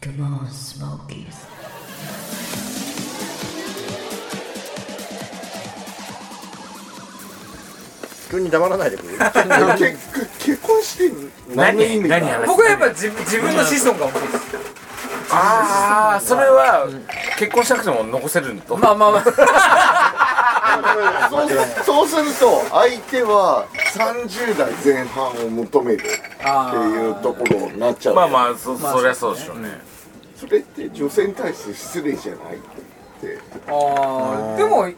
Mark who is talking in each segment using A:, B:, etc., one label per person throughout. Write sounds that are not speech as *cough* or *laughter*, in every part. A: Come on, Smokies.
B: 急に黙らないで
C: *laughs*
B: くれる結結婚して何の意味が
C: 何話
D: 僕はやっぱ自分自分の子孫が多いです
C: ああそれは結婚しなくても残せるのと
D: まあまあまあ
B: そうすそうすると相手は30代前半を求めるっていうところになっちゃう
C: *laughs* まあまあそそりゃそうでしょうね
B: それって女性に対して失礼じゃないって
D: あーでも
C: い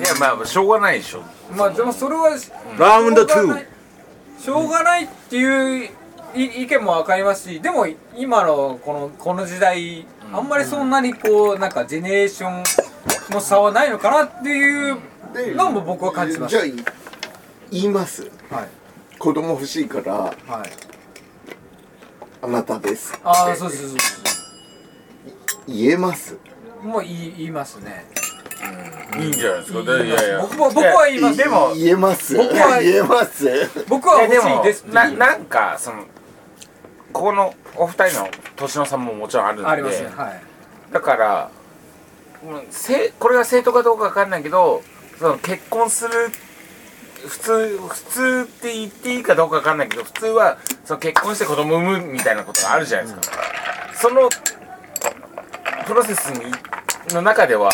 C: やまあしょうがないでしょ
D: まあでもそれは
E: ラウンド
D: しょうがない
E: 2
D: しょうがないっていうい意見もわかりますしでも今のこのこの時代あんまりそんなにこうなんかジェネレーションの差はないのかなっていう
B: で
D: のも僕は感じま
B: じ
D: し
B: ゃあい言います
D: たはい
B: 子供欲しいから
D: はい
B: あなたですって
D: ああそうそうそうそ
B: 言えます
D: うもう言い言いますね
C: いいんじゃないですか
D: 言
C: いやいや
D: 僕も僕は言います
C: でも
B: 言えます
D: 僕は
B: 言えます
D: 僕はい
C: やで
D: 欲しい
C: も
D: ですって
C: な
D: いう
C: なんかそのここのお二人の年の差ももちろんあるんで
D: ありますねはい
C: だからうんせこれが正当かどうかわかんないけどその結婚する普通普通って言っていいかどうかわかんないけど普通はその結婚して子供産むみたいなことがあるじゃないですか、そのプロセスにの中では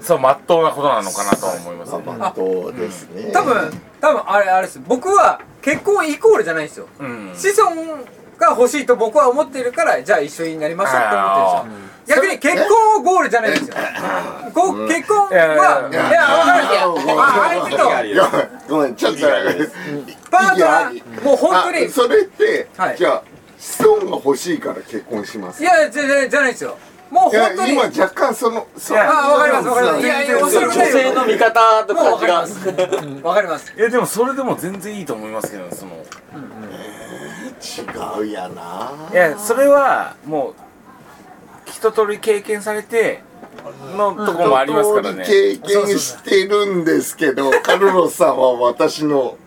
C: そう真っ当なことなのかなとは思います、
B: まあまあそうですね
D: 多分多分あれあれです僕は結婚イコールじゃないんですよ
C: うん
D: 子孫が欲しいと僕は思っているからじゃあ一緒になりましょうって思ってるんですよ逆に結婚をゴールじゃないんですよこう結婚
C: いやいや
D: はいいやわかるんですよ
B: いや
D: まあ相手と
B: いやごめんちょっと
D: パートナ
B: いや
D: ーもう本当に
B: あそれって、
D: はい
B: じゃあ子孫が欲しいから結婚します
D: いやじゃじゃじゃないんですよもう
B: いや
D: 本当に
B: 今若干そのその
C: いや
D: あわかりますわかりますいやいやおっしゃる
E: 女
D: 通り
E: 性の味方と
D: もうわかり
E: か
D: ま
E: 違う
D: すわかります
C: いやでもそれでも全然いいと思いますけどねその
B: 違うやない
C: やそれはもう一通り経験されてのとこもありますからね
B: 一通り経験してるんですけどカルロスさんは私の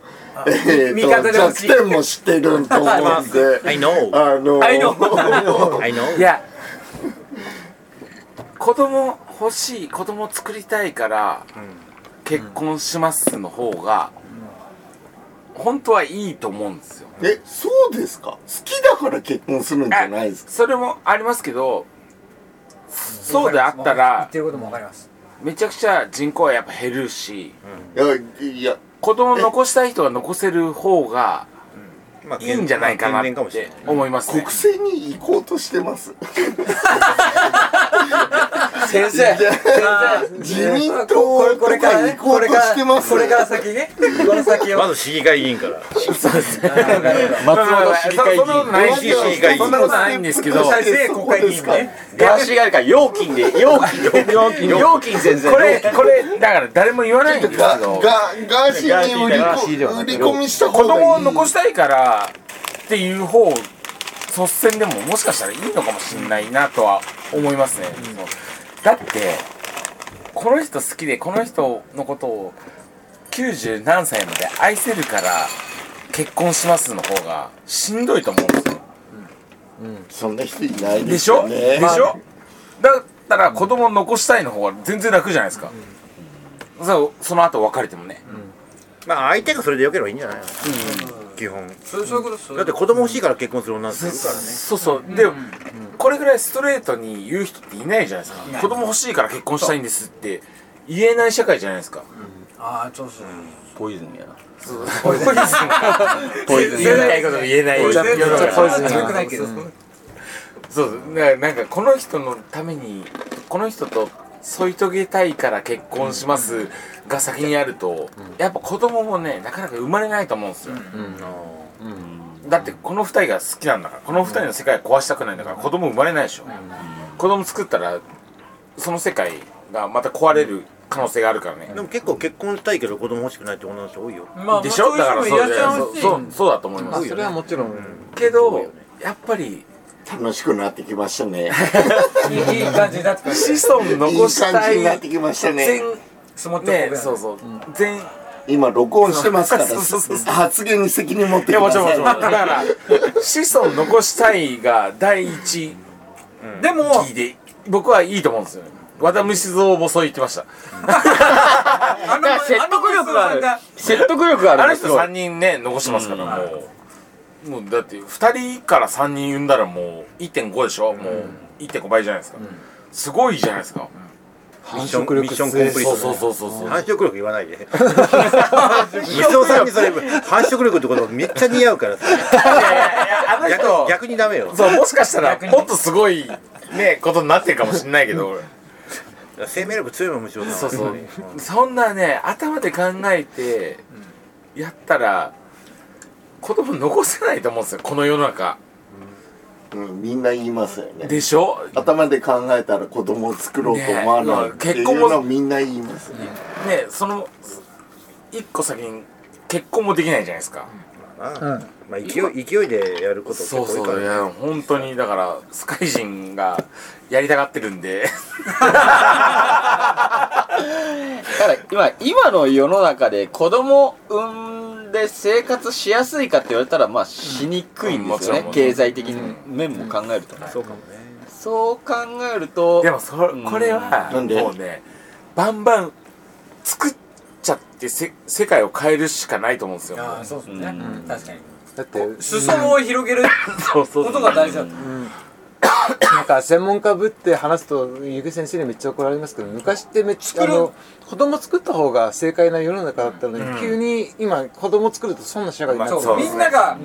B: えー
D: 味方
B: と
D: で
B: 弱
D: 欲しい
B: 点も知ってると
D: *laughs*
B: 思うんで
E: I know
B: あの
D: I know
E: I know
C: いや子供欲しい子供作りたいから結婚しますの方が本当はいいと思うんですよ
B: *laughs* えそうですか好きだから結婚するんじゃないですか
C: それもありますけどそうであった
D: 言っ
C: ら
D: てることもわかります
C: めちゃくちゃ人口はやっぱ減るし
B: いやいや
C: 子供残したい人は残せる方が
E: まあ
C: いいんじゃないかな
E: 健全
C: っ
E: もしれ
C: て
E: ない
C: 思いますね
B: 国政に行こうとしてます
E: 先生
B: 自民党とか行こうとしてます
D: これから先ねこの先を
E: まず市議会議員から
C: まあまあまあそそんなことない
E: 大
C: し
E: きい市議会議員
C: そんなことないんですけど
D: 再生国会議員ね
E: ガーシーがあるから料金で料金で料金料金全然
C: これこれだから誰も言わないんですけ
B: ガ
C: ど
B: ガガーシーに売り
E: ガーシーでは
B: 込
E: な
B: 売
E: い
B: り込みした
C: 子
B: 方がいい
C: 供を残したいからっていう方率先でももしかしたらいいのかもしれないなとは思いますね、だってこの人好きでこの人のことを90何歳まで愛せるから結婚しますの方がしんどいと思うんですよ
B: そんな人いない
C: で
B: で
C: し
B: す
C: ょ、
B: よね
C: でしょだったら子供残したいの方が全然楽じゃないですか、そうその後別れてもね、
E: まあ相手がそれでよければいいんじゃないの基本
D: そうそういうことそう
E: だって子供欲しいから結婚する女なんているからね
C: そうそう、でも、これぐらいストレートに言う人っていないじゃないですか子供欲しいから結婚したいんですって言えない社会じゃないですか、
D: ああそうそう
E: ポイズンやな
C: ポイズン
E: ポイズン
C: 言えないことも言えない
E: ポイズン
C: 世の
E: めっちゃ
C: 中
E: ポイズン
D: 強くないけど
C: そうだからなんかこの人のためにこの人と添い遂げたいから結婚しますが先にあると、やっぱ子供もねなかなか生まれないと思うんですよ、だってこの二人が好きなんだからこの二人の世界を壊したくないんだから子供生まれないでしょ、子供作ったらその世界がまた壊れる可能性があるからね、
E: でも結構結婚したいけど子供欲しくないって女の人多いよ
D: まあ
C: でしょだからそ
D: そ
C: う
D: ういう人もいらっしゃいま
C: そ
D: すし
C: うそうそうだと思います
E: それはもちろん
C: けどやっぱり
B: 楽しくなってきました *laughs* ね
D: いいいい感じになってくる
C: 子孫
B: いい
C: 残した
B: 感じ
C: い
B: になってきましたね
C: 全
D: スモット
C: ね
D: 神戸
C: そうそう、全
B: 今録音してますから
C: そうそうそうそう
B: 発言に責任持って
C: い
B: く
C: やも
B: だ
C: ちろん
B: さい
C: もちろんだから子孫残したいが第一
D: でも
C: 義で僕はいいと思うんですよ和田虫蔵細い言ってました
D: あ
E: だから説得力があ
D: あの息子さん
E: る説得力がある
C: あの人3
E: 人
C: 人ね残してますからもうもうだって2人から3人産んだらもう1.5でしょもう1.5倍じゃないですかすごいじゃないですか
F: ミッションミッションコンプリートね
C: そうそうそうそうそう
F: 繁殖力言わないで。みそさんにそれ繁殖力ってことめっちゃ似合うからさ。
C: あの
F: 逆
C: 人
F: 逆にダメよ。
C: そうもしかしたら
D: 逆に
C: もっとすごいねことになってるかもしれないけど
F: 生命力強いもんむしろさん。
C: そうそう
F: 本当に
C: *laughs* そんなね頭で考えてやったら子供残せないと思うんですよこの世の中
B: *laughs* うんみんな言いますよね
C: でしょ
B: 頭で考えたら子供を作ろうと思わない
C: ね
B: っていう
C: 結婚
B: の
C: も
B: をみんな言いますね
C: ねその一個先に結婚もできないじゃないですか
F: まあまあ勢い勢いでやること結構
C: そ
F: 多い
C: うそうい
F: からね。
C: や本当にだからスカイ人がやりたがってるんで
E: だから今今の世の中で子供産んで生活しやすいかって言われたらまあしにくいんですよね、
C: うんもちろん
E: 経済的に面も考えると、
F: そうかもね。
E: そう考えると
C: でもそこれは
B: なんで
C: もうねバンバン作っちゃってせ世界を変えるしかないと思うんですよ
D: ああそうですね、
E: うん
D: 確かに
F: だって
D: 裾を広げる
C: そうそう
D: ことが大事だと
G: なんか専門家ぶって話すとゆき先生にめっちゃ怒られますけど昔ってめっちゃあの子供作った方が正解な世の中だったのに、
C: うん
G: 急に今子供作るとそんな社会になっちゃ
D: そう
C: まあそう
D: みんなが、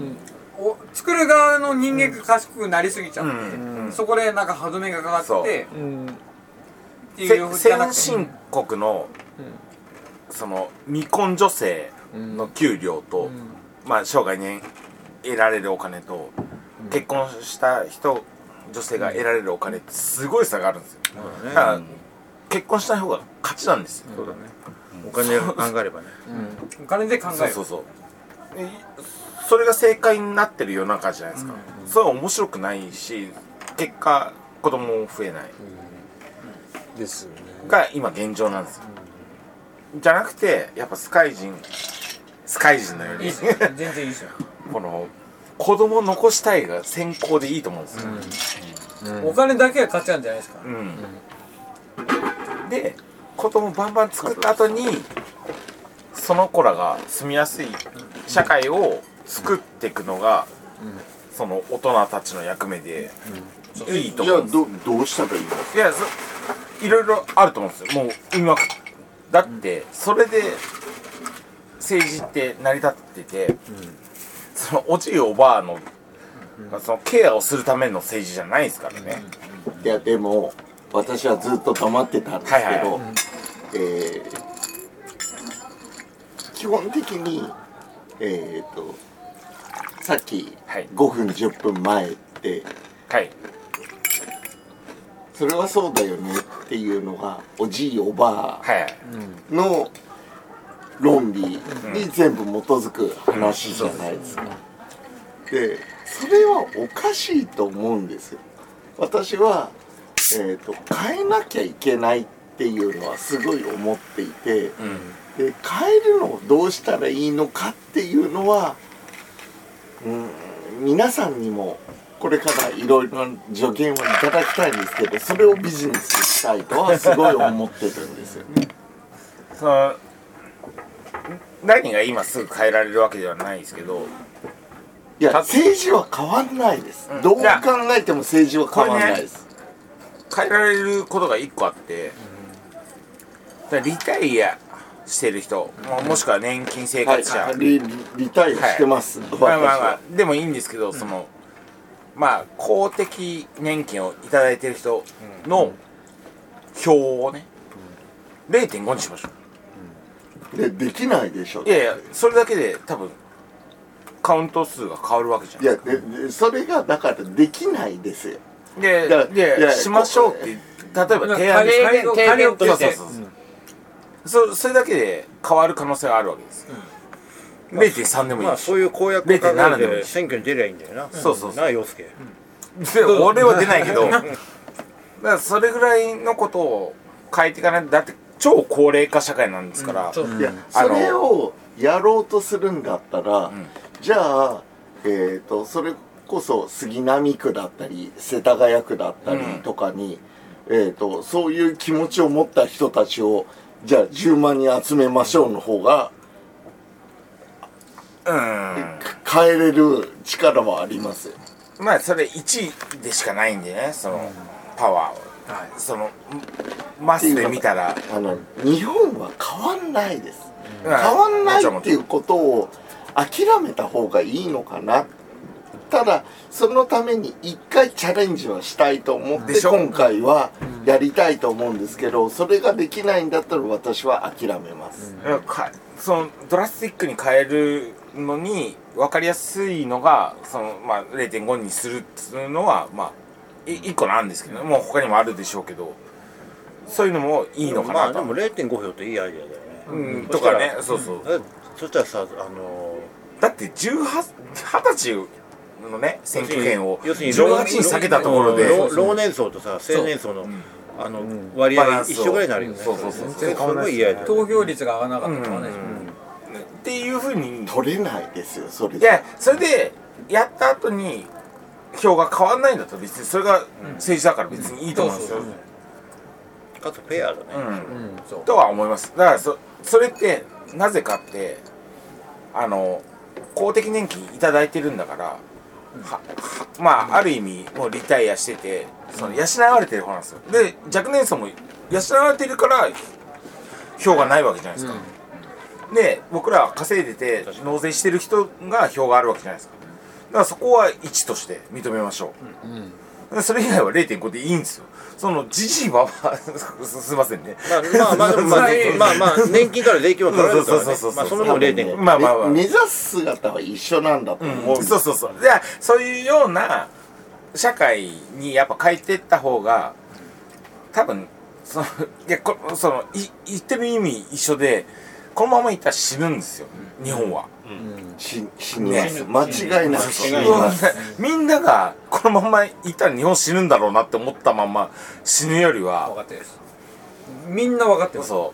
D: お作る側の人間が賢くなりすぎちゃっ
C: う
D: て、
C: ん
D: そこでなんか歯止めがかか
C: そ
D: っ
C: う
D: て
G: うん
D: っていう
C: せ
D: じゃな
C: 先
D: くて
C: 進国の、その未婚女性の給料と、まあ生涯に得られるお金と、結婚した人女性が得られるお金ってすごい差があるんですよ、だから結婚した方が勝ちなんですよ、
F: そうだね。お金を考えればね。
D: お金で考え
C: そう
D: る
C: そうそうえそれが正解になってる世の中じゃないですか、それは面白くないし結果子供も増えない、
G: ですよね
C: が今現状なんですよ、じゃなくてやっぱスカイ人スカイ人のよう
D: いい
C: に
D: っすよ全然いいですよ、
C: この子供残したいが先行でいいと思うんですよ、
D: お金だけが勝ちなんじゃないですか
C: うんで子供バンバン作った後にその子らが住みやすい社会を作っていくのが、その大人たちの役目で、いいと
B: じゃ
C: 思う
B: あ
C: んです
B: どどうしたらいいの
C: いやそいろいろあると思うんですよもう今だってそれで政治って成り立ってて、そのおじいおばあの,、そのケアをするための政治じゃないですからね、
B: いやでも私はずっと黙ってたんですけど、
C: はいは
B: えー基本的にえっ、とさっき
C: はい
B: 5分10分前って
C: はい
B: それはそうだよねっていうのがおじいおば
C: はいはい
B: あの論理に全部基づく話じゃないですか。でそれはおかしいと思うんですよ。私は、えー、と変えなきゃいけないっていうのはすごい思っていて、で変えるのをどうしたらいいのかっていうのは、うん、皆さんにもこれからいろいろな助言をいただきたいんですけどそれをビジネスにしたいとはすごい思ってるんですよ。
C: その何が今すぐ変えられるわけではないですけど
B: いや政治は変わんないです、
C: ん
B: どう
C: じ
B: 考
C: ゃあ
B: えても政治は変わんないです、
C: 変えられることが一個あって、だからリタイアしてる人、まあもしくは年金生
B: はい
C: 活者、
B: リリタイアしてます、
C: まあまあ
B: 私
C: ま
B: は
C: あでもいいんですけど、そのまあ公的年金をいただいてる人の表をね、0.5にしましょ
B: でできないでしょ
C: ういやいやそれだけで多分カウント数が変わるわけじゃ
B: いやででそれがだからできないですよ
C: んで
B: いや
C: で
B: いや
C: しましょうって例えば提案
D: 軽い軽い
E: 提案
D: 軽い
E: と
C: そう
E: し
C: そう
E: て
C: そうそう、そそれだけで変わる可能性があるわけです、0.3でもいいし、
F: まあそういう公約を考
C: 0.7
F: え
C: でもいい
F: て
C: し
F: 選挙に出りゃいいんだよな。
C: そうそうそう
F: なあ陽介。
C: で *laughs* 俺は出ないけどだからそれぐらいのことを変えていかないとだって超高齢化社会なんですから、
B: いやそれをやろうとするんだったら、
C: ん
B: じゃあ、えー、とそれこそ杉並区だったり世田谷区だったりとかに、えー、とそういう気持ちを持った人たちをじゃあ10万人集めましょうの方が
C: うん
B: 変えれる力はありますよ。
C: まあそれ1位でしかないんでねそのパワーを、そのマスで見たら
B: あの日本は変わんないです、
C: うん
B: 変わんない
C: もちろん
B: っていうことを諦めた方がいいのかなただそのために一回チャレンジはしたいと思って
C: でしょ
B: 今回はやりたいと思うんですけどそれができないんだったら私は諦めます、
C: うんかそのドラスティックに変えるのに分かりやすいのがその、まあ、0.5にするっていうのは、まあ、い1個なんですけど、もう他にもあるでしょうけどそういうのもいいのか
F: ま
C: な
F: あ
C: と、
F: でも0.5票っていいアイデアだよね、
C: うん、とかねそうそう、
F: えそしたらさあの
C: だって18 20歳のね選挙権を
F: 要するに
C: 18に下げたところで
F: 老老年層とさ青年層のあの割
C: バラ
F: 合
C: ンス
F: 一
C: を
F: 緒ぐらいになるよね
C: そうそうそう
F: それすごい嫌やで
D: 投票率が上がらな
C: うん
D: かったからね、
C: っていうふうに
B: 取れないですよそれ
C: いやそれでやった後に票が変わんないんだったら別にそれが政治だから別にいいと思うんですよ、
D: そうそう
F: かつペアだね
C: うん
D: そう
C: とは思いますだからそそれってなぜかってあの公的年金いただいてるんだからははまあある意味もうリタイアしててその養われてる方なんですよで若年層も養われてるから票がないわけじゃないですか、で僕らは稼いでて納税してる人が票があるわけじゃないですかだからそこは1として認めましょう、でそれ以外は0.5でいいんですよそのじじいばば *laughs* すいませんね
F: まあまあまあでも
C: *laughs*
F: まあまあまあ年金から税金は取られるからね
C: そうそうそうそう
F: まあその分0.5
C: まあまあまあ、
B: 目目指す姿は一緒なんだと思うんですよ
C: そうそうそうじゃあそういうような社会にやっぱ変えていった方が多分そのいやこそのい言ってる意味一緒でこのままいったら死ぬんですよ日本は、
B: し死にます間違いなく死にます
C: うんみんながこのままいったら日本死ぬんだろうなって思ったまま死ぬより
D: 分か
C: は
D: ってるですみんな分かってます
C: そ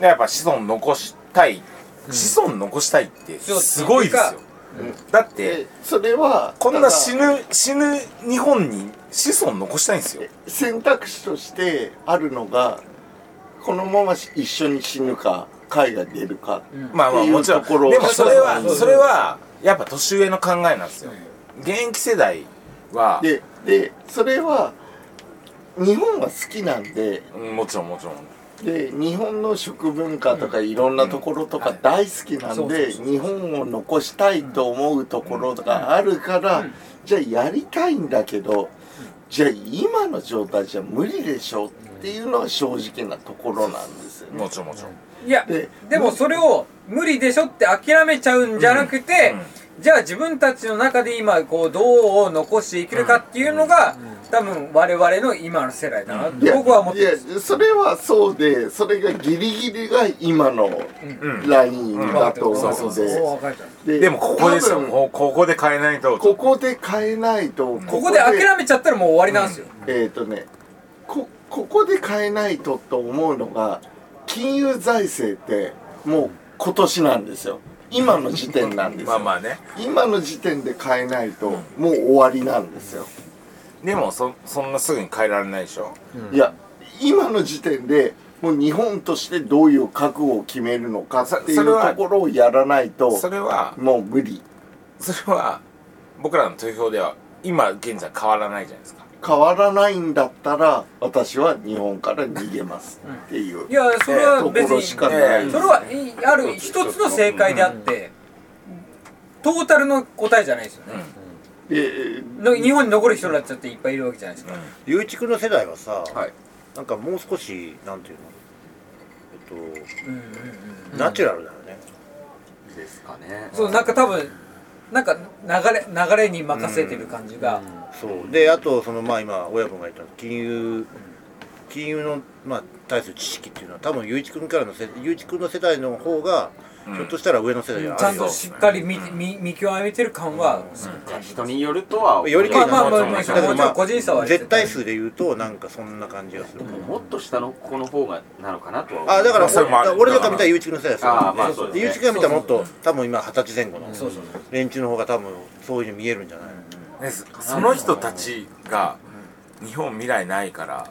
C: う、やっぱ子孫残したい、子孫残したいってすごいですよ、だって
B: でそれは
C: こん
B: ただ
C: な死ぬ、死ぬ日本に子孫残したいんですよ。
B: 選択肢としてあるのがこのまま一緒に死ぬか海外出るか、
C: まあまあ
B: っていう
C: もちろん。
B: ところ
C: でもそれは
B: そうそう、そう
C: それは、やっぱ年上の考えなんですよ。現役世代は、
B: ででそれは日本は好きなんで
C: うんもちろんもちろん。
B: で日本の食文化とかいろんなところとか大好きな
D: そ
B: ん
D: うそう
B: で
D: そうそう
B: 日本を残したいと思うところがあるからじゃあやりたいんだけどじゃあ今の状態じゃ無理でしょっていうのは正直なところなんですよね。
C: もちろんもちろん。
D: いや
B: で
D: でもそれを無理でしょって諦めちゃうんじゃなくて、
C: うんうん
D: じゃあ自分たちの中で今こうどうを残していけるかっていうのが、多分我々の今の世代だなって僕は思ってます
B: いやそれはそうでそれがギリギリが今の
C: うん。
B: ラインだと思
C: そうう
B: の
C: そ
B: で
C: う
D: そう分かる
B: で
C: でもここですよ。
B: 多分
C: こここで変えないと。
B: ここで変えないと
D: ここで諦めちゃったらもう終わりなんですよ、
B: えっ、とねこここで変えないとと思うのが金融財政ってもう今年なんですよ今の時点なんですよ
C: *laughs* まあまあね。
B: 今の時点で変えないともう終わりなんですよ、
C: でもそ、そんなすぐに変えられないでしょ。
B: いや今の時点でもう日本としてどういう覚悟を決めるのかっていう
C: そそれは
B: ところをやらないと
C: それは、
B: もう無理
C: それは、僕らの投票では、今現在変わらないじゃないですか。
B: 変わらないんだったら私は日本から逃げますっていう、
D: いやそれは
B: と
D: 別
B: ころ
D: に
B: し
D: そ
B: かない、
C: ええ
D: れはいある一つの正解であって、トータルの答えじゃないですよね、
B: で
D: の日本に残る人だっちゃっていっぱいいるわけじゃないですか、
F: 雄一君の世代はさ、
E: はい
F: なんかもう少しなんていうのえっ
D: うんうんうん
F: と、ナチュラルだよね
E: ですかね
D: そうなんか多分なんか流れ流れに任せてる感じが、
F: そうであとそのまあ今親分が言った金融金融のまあ対する知識っていうのは多分雄一君からの世雄一君の世代の方がひょっとしたら上の世代が
D: ち
F: あ
D: ゃ
F: る
D: ん
F: よ
D: としっかり見,、見見極めてる感は、
E: 人によるとは
F: より
D: ま
F: か
D: あまあまあまあも
F: だ
D: ち
F: から
D: ろ
F: ま
D: ん個人差はあ
F: あ
D: るけど
F: 絶対数で言うとなんかそんな感じがする
E: もっと下の子の方がなのかなとは思う
F: あだから
C: まあそれもある
F: 俺とか見たらゆうちくの世代です
E: あーまあそう
F: よ
E: で
F: ね
E: すね
F: ゆうちくが見たらもっと多分今二十歳前後の
D: そうそう
F: 連中の方が多分そういうの見えるんじゃない
C: ねそその人たちが日本未来ないから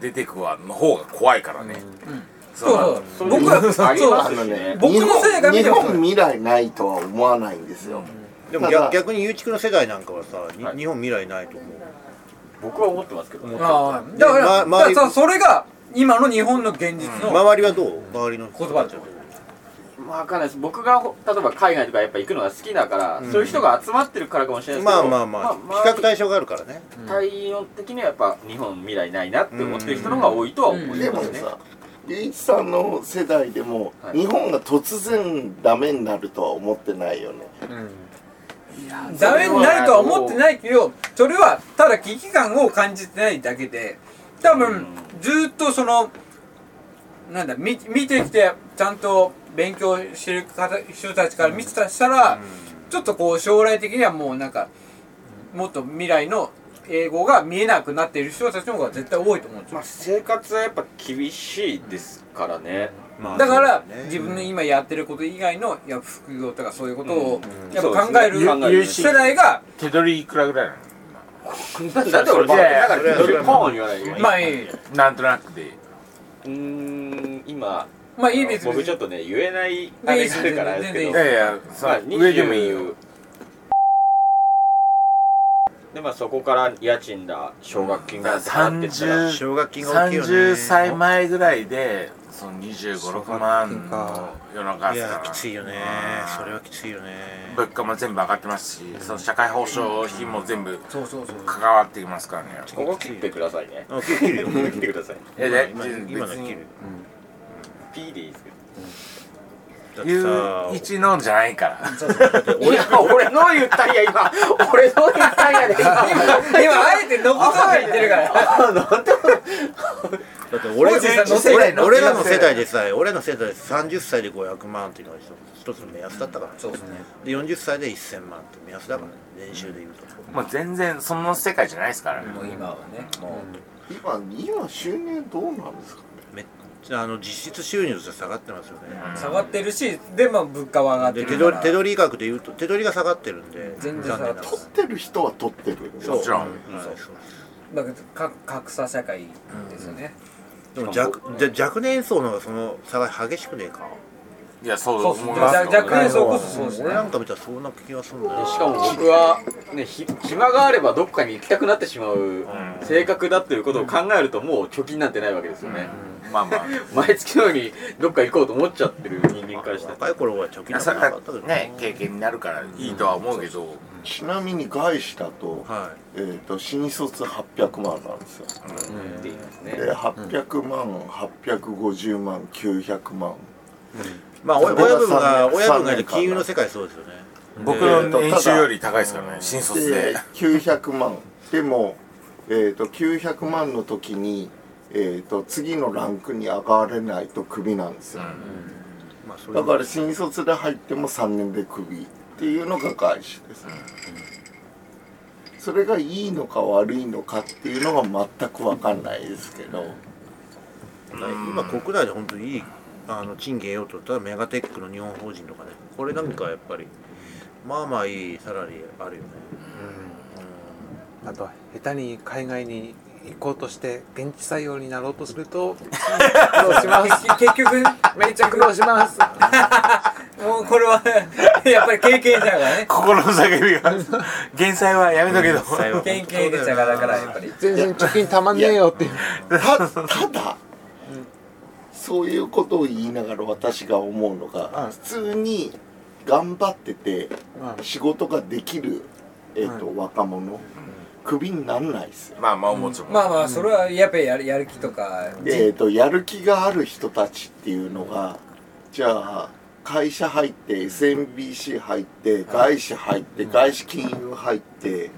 C: 出てくわの方が怖いからね、
D: そう
C: なの
D: そうそう僕は
E: あり
D: そう
E: ま
B: あ
E: す
B: の
E: し
B: ね
E: ね
D: 僕の世代が見
B: 日
D: ても
B: 本日本未来ないとは思わないんですよ、
F: でも
B: ただ
F: 逆逆にゆうちくの世代なんかはさに
E: はい
F: 日本未来ないと思う
E: 僕は思ってますけど
D: ああだから,、
F: ま周り
D: だからそれが今の日本の現実の、
F: 周りはどう周りの
D: 言葉だよ
E: まあわかんないです僕がほ例えば海外とかやっぱ行くのが好きだから、そういう人が集まってるからかもしれないです
F: ま
E: け
F: あ
E: ど
F: まあまあ比較対象があるからね
E: 体温的にはやっぱ日本未来ないなって思ってる人の方が多いとは思いますね
B: でもさ隆一さんの世代でも、
E: はい
B: 日本が突然ダメになるとは思ってないよね
D: ダメになるとは思ってないけどそれはただ危機感を感じてないだけで多分ずっとそのなんだ見見てきてちゃんと勉強してる方人たちから見てたしたら、ちょっとこう将来的にはもうなんかもっと未来の英語が見えなくなっている人たちの方が絶対多いと思うんですよ
E: まあ、生活はやっぱ厳しいですからね、
F: まあ
D: だから、
F: そうだよね
D: 自分の今やってること以外のやっぱ副業とかそういうことを
E: うん
D: やっぱ考える
E: そうですね
D: 世代が
C: 手取りいくらぐらいな
E: だって俺バカだから
F: それは
E: ポーン言わないよ
D: まあいい
C: のなんとなくで
E: うーん今
D: まあいい別
E: 僕
D: に
E: ちょっとね言えないあれがあるからあれですけ
D: いい
E: ど
D: で
C: いやいやさ、
E: 20
C: 上でもいいよ
E: でまあそこから家賃だ奨学金が
C: だから
E: ってったら
C: 30
F: 奨学金が大きいよね
C: 30歳前ぐらいでその2 5 6万の世の中
F: い
C: ですか
F: や
C: ら
F: きついよねそれはきついよね
C: 物価も全部上がってますし、その社会保障費も全部
D: そうそうそう
C: 関わってきますからね、
E: ここ切ってくださいね
F: あ切るよ
E: *laughs* 切ってください
C: えで
F: 今の今の切るよ
E: ピーでいいですけど
F: だってさ
C: いう一のじゃないから
E: いや俺の言ったんや今俺の言ったんやで今
D: *laughs* 今あえて残さないで言ってるから
F: だって俺
D: おじ
C: *laughs*
D: さんの
F: の
D: 世代の
F: 俺らの世代でさえ俺らの世代で30歳で500万っていうのが一つの目安だったから、
D: そうですね
F: で40歳で1000万って目安だからね年収でいうと、
C: もう全然その世界じゃないですからね、
D: もう今はねも
B: 今今収入どうなんですかね
F: めっちゃあの実質収入として下がってますよね、
D: う下がってるしでも物価は上がって
F: で手
D: るか
F: 取り
D: ら
F: 手取り額でいうと手取りが下がってるんで
D: 全然下がってます
F: 残
B: 取ってる人は取ってるんです
F: 念ながら
C: もちろん
F: はいそう
D: だからか格差社会ですよね
F: でも若で若年層の方がその差が激しくねえか
C: いやそう
D: そう
C: 思
D: っ
C: い
D: すね
C: ますよ
D: 若若年層こそそうです
F: 俺
D: ね
F: なんか見たらそんな気がするんだよ
E: しかも僕はねひ暇があればどっかに行きたくなってしまう性格だっていうことを考えるともう貯金なんてないわけですよね、
C: まあまあ
E: 毎月のようにどっか行こうと思っちゃってる人間からして
F: 若い頃は貯金
C: い
F: な
C: や
F: ん
C: そ
F: か
C: れ
F: なか
C: が
F: ったけど
C: ね経験になるからいいとは思うけど、
B: ちなみに外資だと,、
F: は
B: えー、と新卒800万なんですよ
E: っていいますね
B: で800万、850万900万
F: いまあお
B: それ
F: 親
B: が
F: 分
B: 三
F: が
B: 年
F: 親分がいる
B: 三年間
F: 金融の世界そうですよね
C: 僕の年収より高いですからね新卒で
B: で900万でも、えー、と900万の時に、えー、と次のランクに上がれないとクビなんですよ、
F: まあそうい
B: だ
F: う
B: から新卒で入っても3年でクビっていうのが外資です、それがいいのか悪いのかっていうのが全く分かんないですけど
F: 今国内で本当にいいあの賃金得ようとったらメガテックの日本法人とかねこれなんかやっぱりまあまあいいサラリーあるよね
G: あと下手に海外に行こうとして現地採用になろうとすると苦労します
D: 結結局
G: めっちゃ苦労します
D: もうこれは *laughs* やっぱり経験者がね
C: 心の叫びが減災はやめとけど、
D: 経験者がだからやっぱり
G: 全然貯金たまんねえよっていう
B: たただそういうことを言いながら私が思うの
G: うん
B: が普通に頑張ってて
G: うん
B: 仕事ができる、えー、と若者クビになんないですよ、
C: *laughs* まあまあもちろん、
D: まあまあそれはやっぱりやるやる気とか
B: えー、とやる気がある人たちっていうのがじゃあ会社入って SMBC 入って外資入って外資金融入って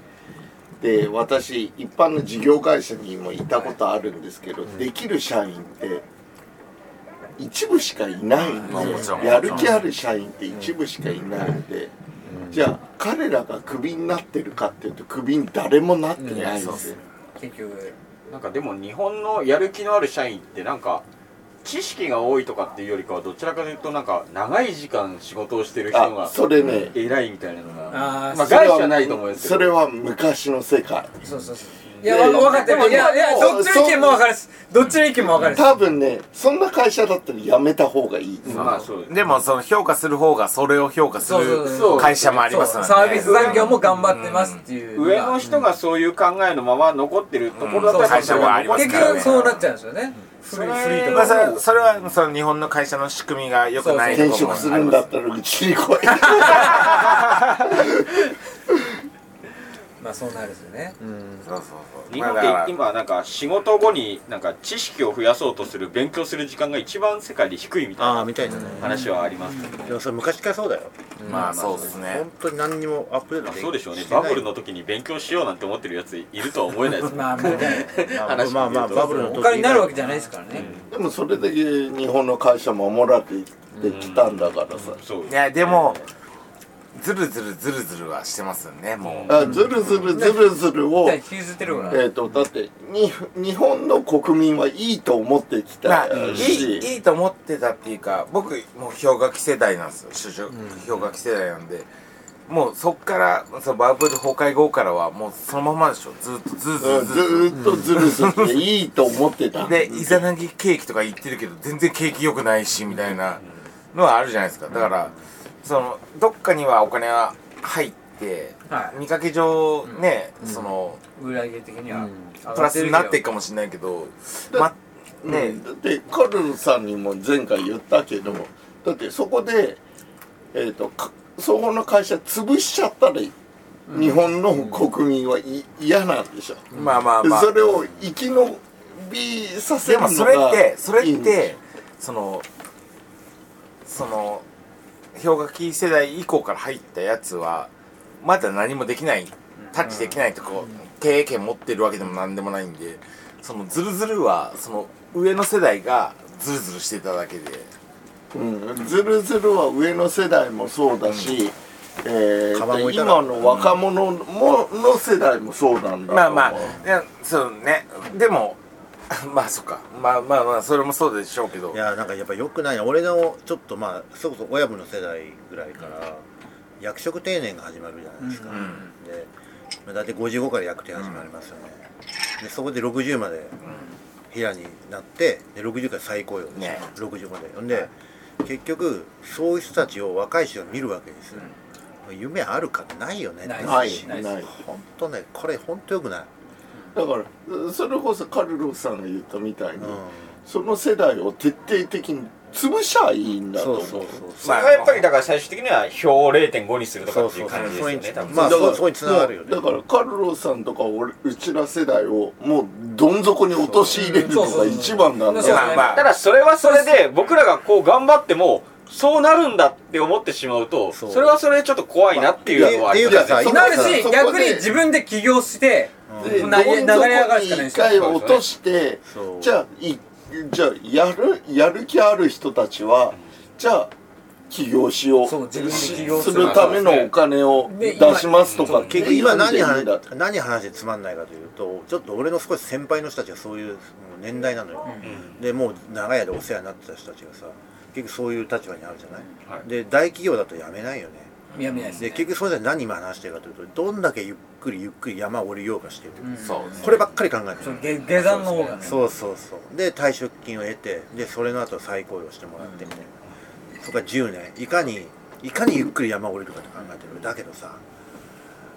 B: で私一般の事業会社にもいたことあるんですけどできる社員って一部しかいないん
C: まあもちろん
B: でやる気ある社員って一部しかいないんでじゃあ彼らがクビになってるかっていうとクビに誰もなってないん
C: うん
B: ですよ
D: 結局
E: なんかでも日本のやる気のある社員ってなんか知識が多いとかっていうよりかはどちらかというとなんか長い時間仕事をしてる人
B: あ
E: が
B: それね
E: 偉いみたいなのが
D: あー
E: まあ
B: それは
E: 外資はないと思うんですけど
B: それは昔の世界
D: そうそうそういやわ分かってるいやいやどっちの意見も分かるしどっちの意見も分かるし
B: 多分ねそんな会社だったらやめた方がいい
E: まあそうです
C: でもその評価する方がそれを評価す
D: そうそう
C: る
D: そう
C: 会社もありますので
D: そうサービス残業も頑張ってますっていう
E: 上の人がそういう考えのまま残ってるところだったら
C: うんそう会社はあります
D: 結
C: からね
D: 局そうなっちゃうんですよね
E: そ
D: 古
E: れ
D: い古いと
C: まあ
D: か
C: それそれはその日本の会社の仕組みが良くないと
B: 転
C: ころも
B: 職するんだったらうちに来い
E: *laughs*
D: まあそうなるんですよね
C: そうそうそう
E: 日
C: まあ
E: 本
C: だか
E: っ
C: ら
E: て今なんか仕事後になんか知識を増やそうとする勉強する時間が一番世界で低いみたい
F: ああ
E: な
F: みたいなね、
E: 話はありますけど
F: でもそれ昔からそうだよ、
C: まあそうですね
F: 本当に何にもアップデート
E: まあそうでしょうね
F: てない
E: バブルの時に勉強しようなんて思ってるやついるとは思えないですもん
D: まあまあね
E: 話
F: まあまあバブルの時
D: 他になるわけじゃないですからね
B: でもそれだけ日本の会社守られてきたんだからさ
E: そう
C: いやでもズルズルズルズルはしてますよねもう
B: あずるずるずるずるを
D: 引きずってるから
B: えー、とだってに日本の国民はいいと思ってき
C: まあ
B: た
C: いい
B: し、
C: いいと思ってたっていうか僕もう氷河期世代なんですよ就職氷河期世代なんでもうそっからそのバブル崩壊後からはもうそのままでしょずっとずっ
B: うん、ずーっと
C: とずっと
B: ずるずるでいいと思ってた
C: で、イザナギケーキとか言ってるけど、全然ケーキ良くないし、みたいなのはあるじゃないですか。だから、その、どっかにはお金が入って、
D: はい
C: 見かけ上ね、その、
D: 売上的には
C: プラスになってい
D: く
C: くかもしれないけど、ま、ね、
B: だってカルルさんにも前回言ったけどだってそこで、えー、とかそこの会社潰しちゃったら日本の国民はい嫌なんでしょ、
C: まあまあまあ。
B: それを生き延びさせ
C: で
B: るの
C: も
B: が
C: それってそれ
B: いい
C: っ
B: んで
C: てそのその氷河期世代以降から入ったやつはまだ何もできないタッチできないとこ、経営権持ってるわけでも何でもないんでそのズルズルはその上の世代がズルズルしてただけで
B: うんズルズルは上の世代もそうだし、えー
F: カバン置いたら
B: 今の若者も、の世代もそうなんだと思う
C: まあまあいやそうねでも *laughs* まあそっかまあまあまあそれもそうでしょうけど
F: いやなんかやっぱ良くないな俺のちょっとまあそれこそ親分の世代ぐらいから役職定年が始まるじゃないですか、でまあ大体55から役定始まりますよね、でそこで60まで平になってで60から最高よ、
C: ね
F: 60までほんで結局そういう人たちを若い人が見るわけですよ、夢あるかないよね
D: ない
B: ない
D: し
B: ない
D: な
B: だ
D: い
F: 本当ねこれ本当良くない、
B: からうそれこそカルロスさんが言ったみたいに、
F: う
B: その世代を徹底的に潰しゃいいん
F: ん、
B: だと
F: そ
B: 思
F: う
B: う
F: そうそう
E: それがやっぱりだから最終的には表を0.5にするとかっていう感じですよね多分
F: まあ
B: だから
F: そうそこに繋がるよね
B: だからカルロスさんとか俺うちら世代をもうどん底に陥れるのが一番なんだ
D: そうそうそう
C: まあまあ
E: ただそれはそれで僕らがこう頑張ってもそうなるんだって思ってしまうと
F: そう
E: それはそれでちょっと怖いなっていうのはあります
B: いや
F: そこ
B: いやそこ
D: なるし
B: そこで
D: 逆に自分で起業して
B: で
D: う
B: ど
D: ん
B: ん
D: 流れ上がるしか
B: 底
D: ない
B: に一
D: ですよ
B: 回落として
F: そう
B: じゃあいじゃあやるやる気ある人たちはじゃあ起業しよう
D: そう自分で起業す
B: す
D: る
B: るためのお金を
D: で
B: 出
D: 今
B: しますとか
F: 結局今何話
B: だ
F: 何話でつまんないかというとちょっと俺の少し先輩の人たちがそういうもう年代なのよ、でもう長い間お世話になってた人たちがさ結局そういう立場にあるじゃない、
E: はい
F: で大企業だとやめないよね
D: いや見ないです
F: で
D: ね
F: 結局それで何今話してるかというとどんだけゆっくりゆっくり山を降りようかしてる、
C: そうです
F: こればっかり考えて
D: そ
F: る
D: う下下山の方がね
F: そうそうそうで退職金を得てでそれの後再雇用してもらってみたいな、そこから10年いかにいかにゆっくり山を降りるかって考えてるだけどさ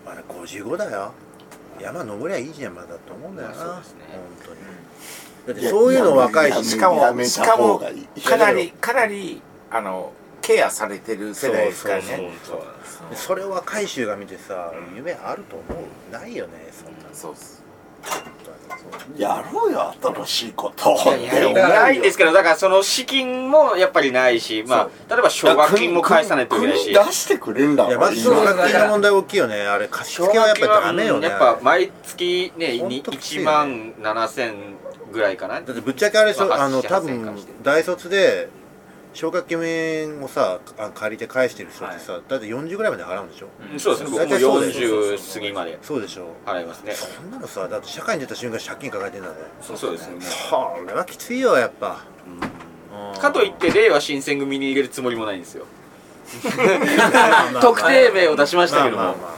F: まだ55だよ山登りゃいいじゃんまだと思うんだよな、
E: まあそうですね
F: 本当にだってそういうの若い
B: やめ
F: し
C: しか
B: や
C: も
B: め
C: したか
B: 方
C: も
B: がいい
C: かなりかなりあのケアされてる世代ですからね
F: そうそうそ
E: そう
F: れを若い衆が見てさ夢あると思うないよねそんな
C: そうっす
B: やろうよ新しいことって思う
E: ないんですけど、だからその資金もやっぱりないし、まあ、例えば奨学金も返さないといけないし
B: 国。出してくれんだ
F: いやまず
B: 今
F: 奨学金の問題大きいよねあれ貸し付けはやっぱりダメよね
E: やっぱ毎月ね、
F: ほんときつい
E: 1
F: ね
E: 万7000ぐらいかな。
F: だってぶっちゃけあれでしょ
E: まあ
F: あの
E: 8
F: 多
E: 8か
F: 分
E: もしれない
F: 大卒で奨学金をさあ借りて返してる人ってさ、だって40ぐらいまで払うんでしょ
E: そうですね、僕も
F: 大体そうです
E: 40過ぎまで
F: そうでしょ
E: 払いますね。
F: そんなのさだって社会に出た瞬間借金抱えてんだぜ
E: そうですね。も
F: これはきついよやっぱ
E: うかといって、令和新選組に入れるつもりもないんですよ。
F: まあ
E: *laughs* 特定名を出しましたけど
F: まあ
E: も
F: ま、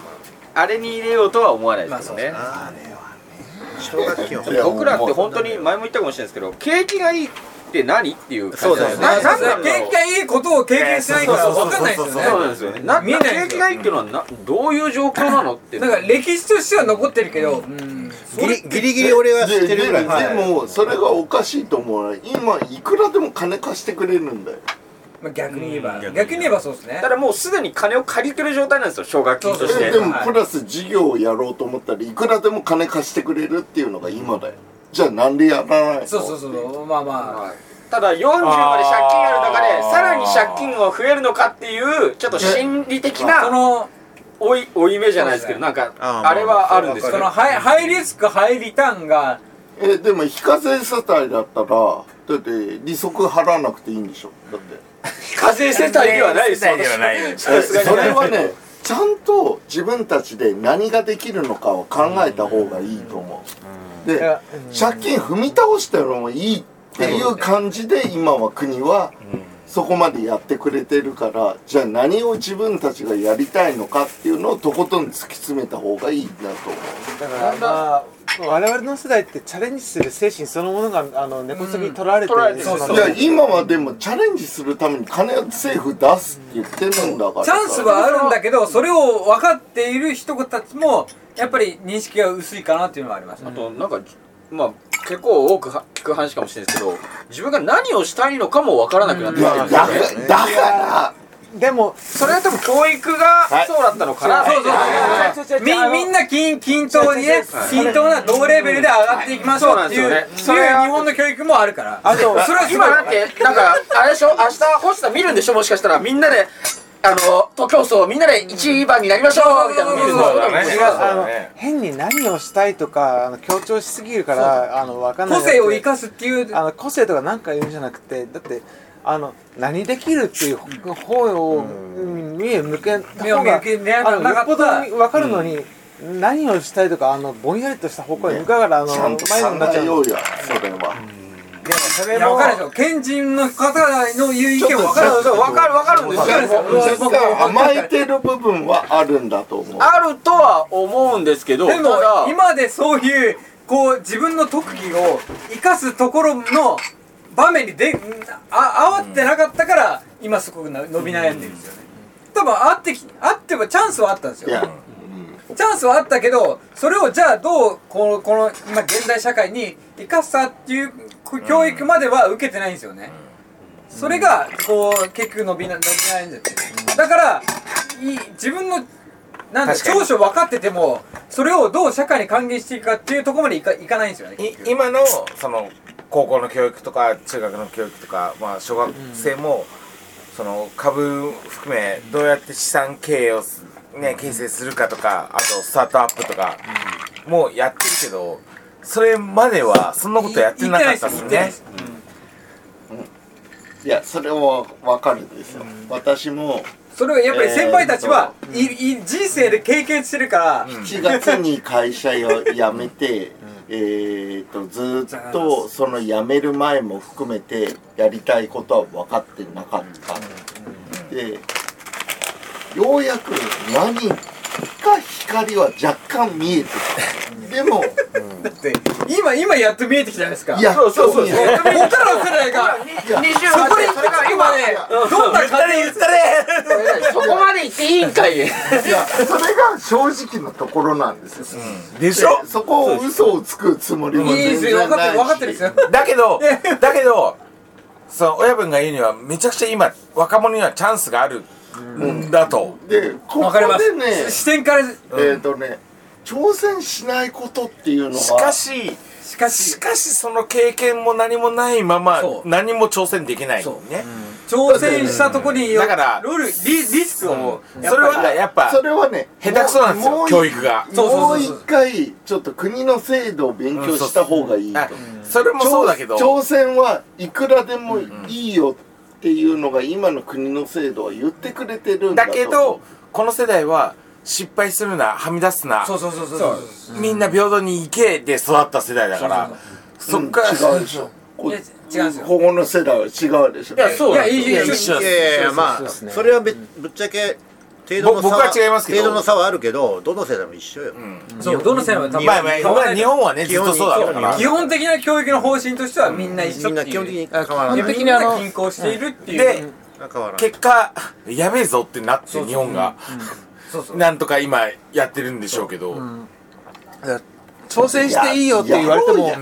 F: あ
E: あれに入れようとは思わないですよね。
F: まあまあ奨学金は
B: や
E: 僕らって本当に前も言ったかもしれないですけど、景気がいいって何っていう感
F: そう
E: じなん
F: だよ
E: で
F: ね
E: すね。ななん
D: そ
E: な
D: れ
E: んだ
D: 景
E: ろう
D: 気がいいことを経験してないから分かんないですよね
E: そうなんですよね。な、
D: 見え
E: な
D: ない
E: 景気がいいっていうのはな、どういう状況なのって。
D: だから歴史としては残ってるけど、うん、
F: ギリギリギリ俺は知ってるぐらい
B: ででもそれがおかしいと思う今いくらでも金貸してくれるんだよ
D: まあ、逆に言えば、
F: 逆に
D: 逆に言えばそうですね
E: だからもうすでに金を借りてる状態なんですよ、奨学金とし
D: そう
E: て。
B: え
D: す
B: で
D: ね
B: も
D: はい
B: プラス事業をやろうと思ったらいくらでも金貸してくれるっていうのが今だよじゃあなんでやらないの
D: そうそうそうまあまあ
E: ただ40まで借金ある中
C: あ
E: で、
C: ー
E: さらに借金が増えるのかっていう、ちょっと心理的
D: そ
E: な
D: の
E: 追い、追い目じゃないですけど、なんか、
F: あー
E: あれはあるんです
D: そ
E: よ
D: の
E: ね。
D: ハイハイリスクハイリターンが
B: えでも非課税世帯だったらだって利息払わなくていいんでしょだって
E: 課税世帯ではないですよ。
C: 世帯ではないよ
E: さすがに
B: それはねちゃんと自分たちで何ができるのかを考えた方がいいと思うで
G: や
B: 借金踏み倒してもいいっていう感じで今は国はそこまでやってくれてるからじゃあ何を自分たちがやりたいのかっていうのをとことん突き詰めた方がいいなと思
G: だからまあ我々の世代ってチャレンジする精神そのものがあの根こそぎ取られて
E: 取られてる
G: そう
B: ういや今はでもチャレンジするために金を政府出すって言ってるんだから
D: チ
B: さ
D: ャンスはあるんだけどそれを分かっている人たちもやっぱり認識が薄いかなっていうのはありました
E: あ
D: ね
E: となんかまあ結構多くは聞く話かもしれないですけど自分が何をしたいのかもわからなくなって
B: い
E: き
B: や
E: たん
B: だ
E: ですよね
B: からだから
G: でも
E: それは多分教育がそうだったのかな
D: そうそうそうそうみみんな均均等にね均等な同レベルで上がっていきましょうっていう
E: そうなん
D: ってい
E: で
D: う日
E: すよねそれは
D: 本の教育もあるから
G: あと
D: それはすご
E: 今
D: い
E: だってなんかあれでしょ明日星さん見るんでしょもしかしたらみんなであの徒競走みんなで1番になりましょうみたいなの見る
D: そ
E: と
D: うそう
C: そうだね
E: 違う
G: あの
C: そうだね
G: 変に何をしたいとかあの強調しすぎるからあのわかんない
D: 個性を生かすっていう
G: *laughs* あの個性とかなんか言うんじゃなくてだってあの何できるっていう方をうん目を向けた
D: 目を
G: 方
D: 向
G: が
D: けね
G: あの
D: な
G: よ
D: か
G: っぽ
D: っ
G: ど
D: た
G: 分かるのに、何をしたいとかあのぼんやりとした方向に向かうからあの
B: ちゃんと考
G: 迷子になっちゃ
B: え
G: う
B: ようやそれは。
C: そ
D: い
C: れ
D: や
C: も
D: 分かるでしょ賢人の方の言う意見も分かる
E: そうわかるわかるんですよ
B: 若干甘えてる部分はあるんだと思う。
E: あるとは思うんですけど
D: でも
E: ただ
D: 今でそういうこう自分の特技を生かすところの場面にであ合ってなかったから今すごくな伸び悩んでるんですよね多分合ってき合ってばチャンスはあったんです
B: い
D: よ
B: や、
D: チャンスはあったけどそれをじゃあどうこのこの今現代社会に生かしたっていうこ教育までは受けてないんですよね、それがこう結局伸びな伸び悩んじゃってるだからい自分のなんだ
C: 確かに
D: 長所分かっててもそれをどう社会に還元していくかっていうところまでいかいかないんですよね
C: い今のその高校の教育とか中学の教育とか、まあ、小学生も、その株含めどうやって資産経営をす、ね、形成するかとかあとスタートアップとか、もうやってるけどそれまではそんなことやってなかったで
D: い
C: す
D: いってない
C: ね
D: で。す
B: いや、それもわかるんですよ。私も
D: それをやっぱり先輩たちは、いい人生で経験してるから、
B: 7月に会社を辞めて、えーっと、ずーっとその辞める前も含めてやりたいことは分かってなかった。で、ようやく何か光は若干見えてきた。でも、
D: だって今今やっと見えてきたじゃないですか
B: いや、
E: そうそうそう
B: い
E: そう
B: や
D: 僕らの世代が
E: 20
D: そこ
E: まで
D: に行き着くまでどんな家庭
E: そこまで行っていいんかい
B: いやそれが正直のところなんですよ。
C: でしょ
B: そこを嘘をつくつもりも
D: いいで
B: 全
D: すよ
B: 然
D: 分かっ
B: な
D: て
B: い
D: る
B: し
D: 分かってるんですよ
C: だけど、だけど、その親分が言うには、めちゃくちゃ今、若者にはチャンスがあるんだと。
B: でここ
D: 分かります
B: でね
D: 視点から
B: えっ、とね挑戦しないことっていうのは
C: しかし
D: しかし
C: しかしその経験も何もないまま
D: そう
C: 何も挑戦できないね
D: そう挑戦したところによ
C: だから
D: ルールリリスクをもう
C: それはやっぱ
B: それはね
C: 下手くそなんです
B: も
C: よ
B: う
C: 教育が
D: そう
B: も
D: そうう
B: 一
D: そうそう
B: 回ちょっと国の制度を勉強した方がいいと
C: あそれもそうだけど
B: 挑戦はいくらでもいいよっていうのが今の国の制度は言ってくれてるんだ
C: だ
B: と
C: けどこの世代は失敗するなはみ出すな
D: そうそうそうそうそう
C: みんな平等に行けで育った世代だからそっから
B: うん違うでしょこ
D: いや違うんですよ
B: ここの世代は違うでしょい
E: いや、そうなんですよ
D: いやいいいい
E: いや
D: 一緒
F: いやいやいやま
G: そう
F: あ
G: ですね
F: それはべぶっちゃけ程度の差
C: ぼ僕は違いますけど
F: 程度の差はあるけどどの世代も一緒よ、
D: そうどの世代も多分
C: まあまあまあ日本はねずっとそうだったから
D: 基本的な教育の方針としてはみんな一緒
F: みんな
D: っていう
F: 基本的に変わら
G: 基
F: ない
D: みんな
G: 本的にあの
D: 均衡しているっていう
C: で
F: 変わらない
C: 結果やべえぞってなって日本が
D: そうそう
C: *laughs* なんとか今やってるんでしょうけど
G: 挑戦していいよって言われても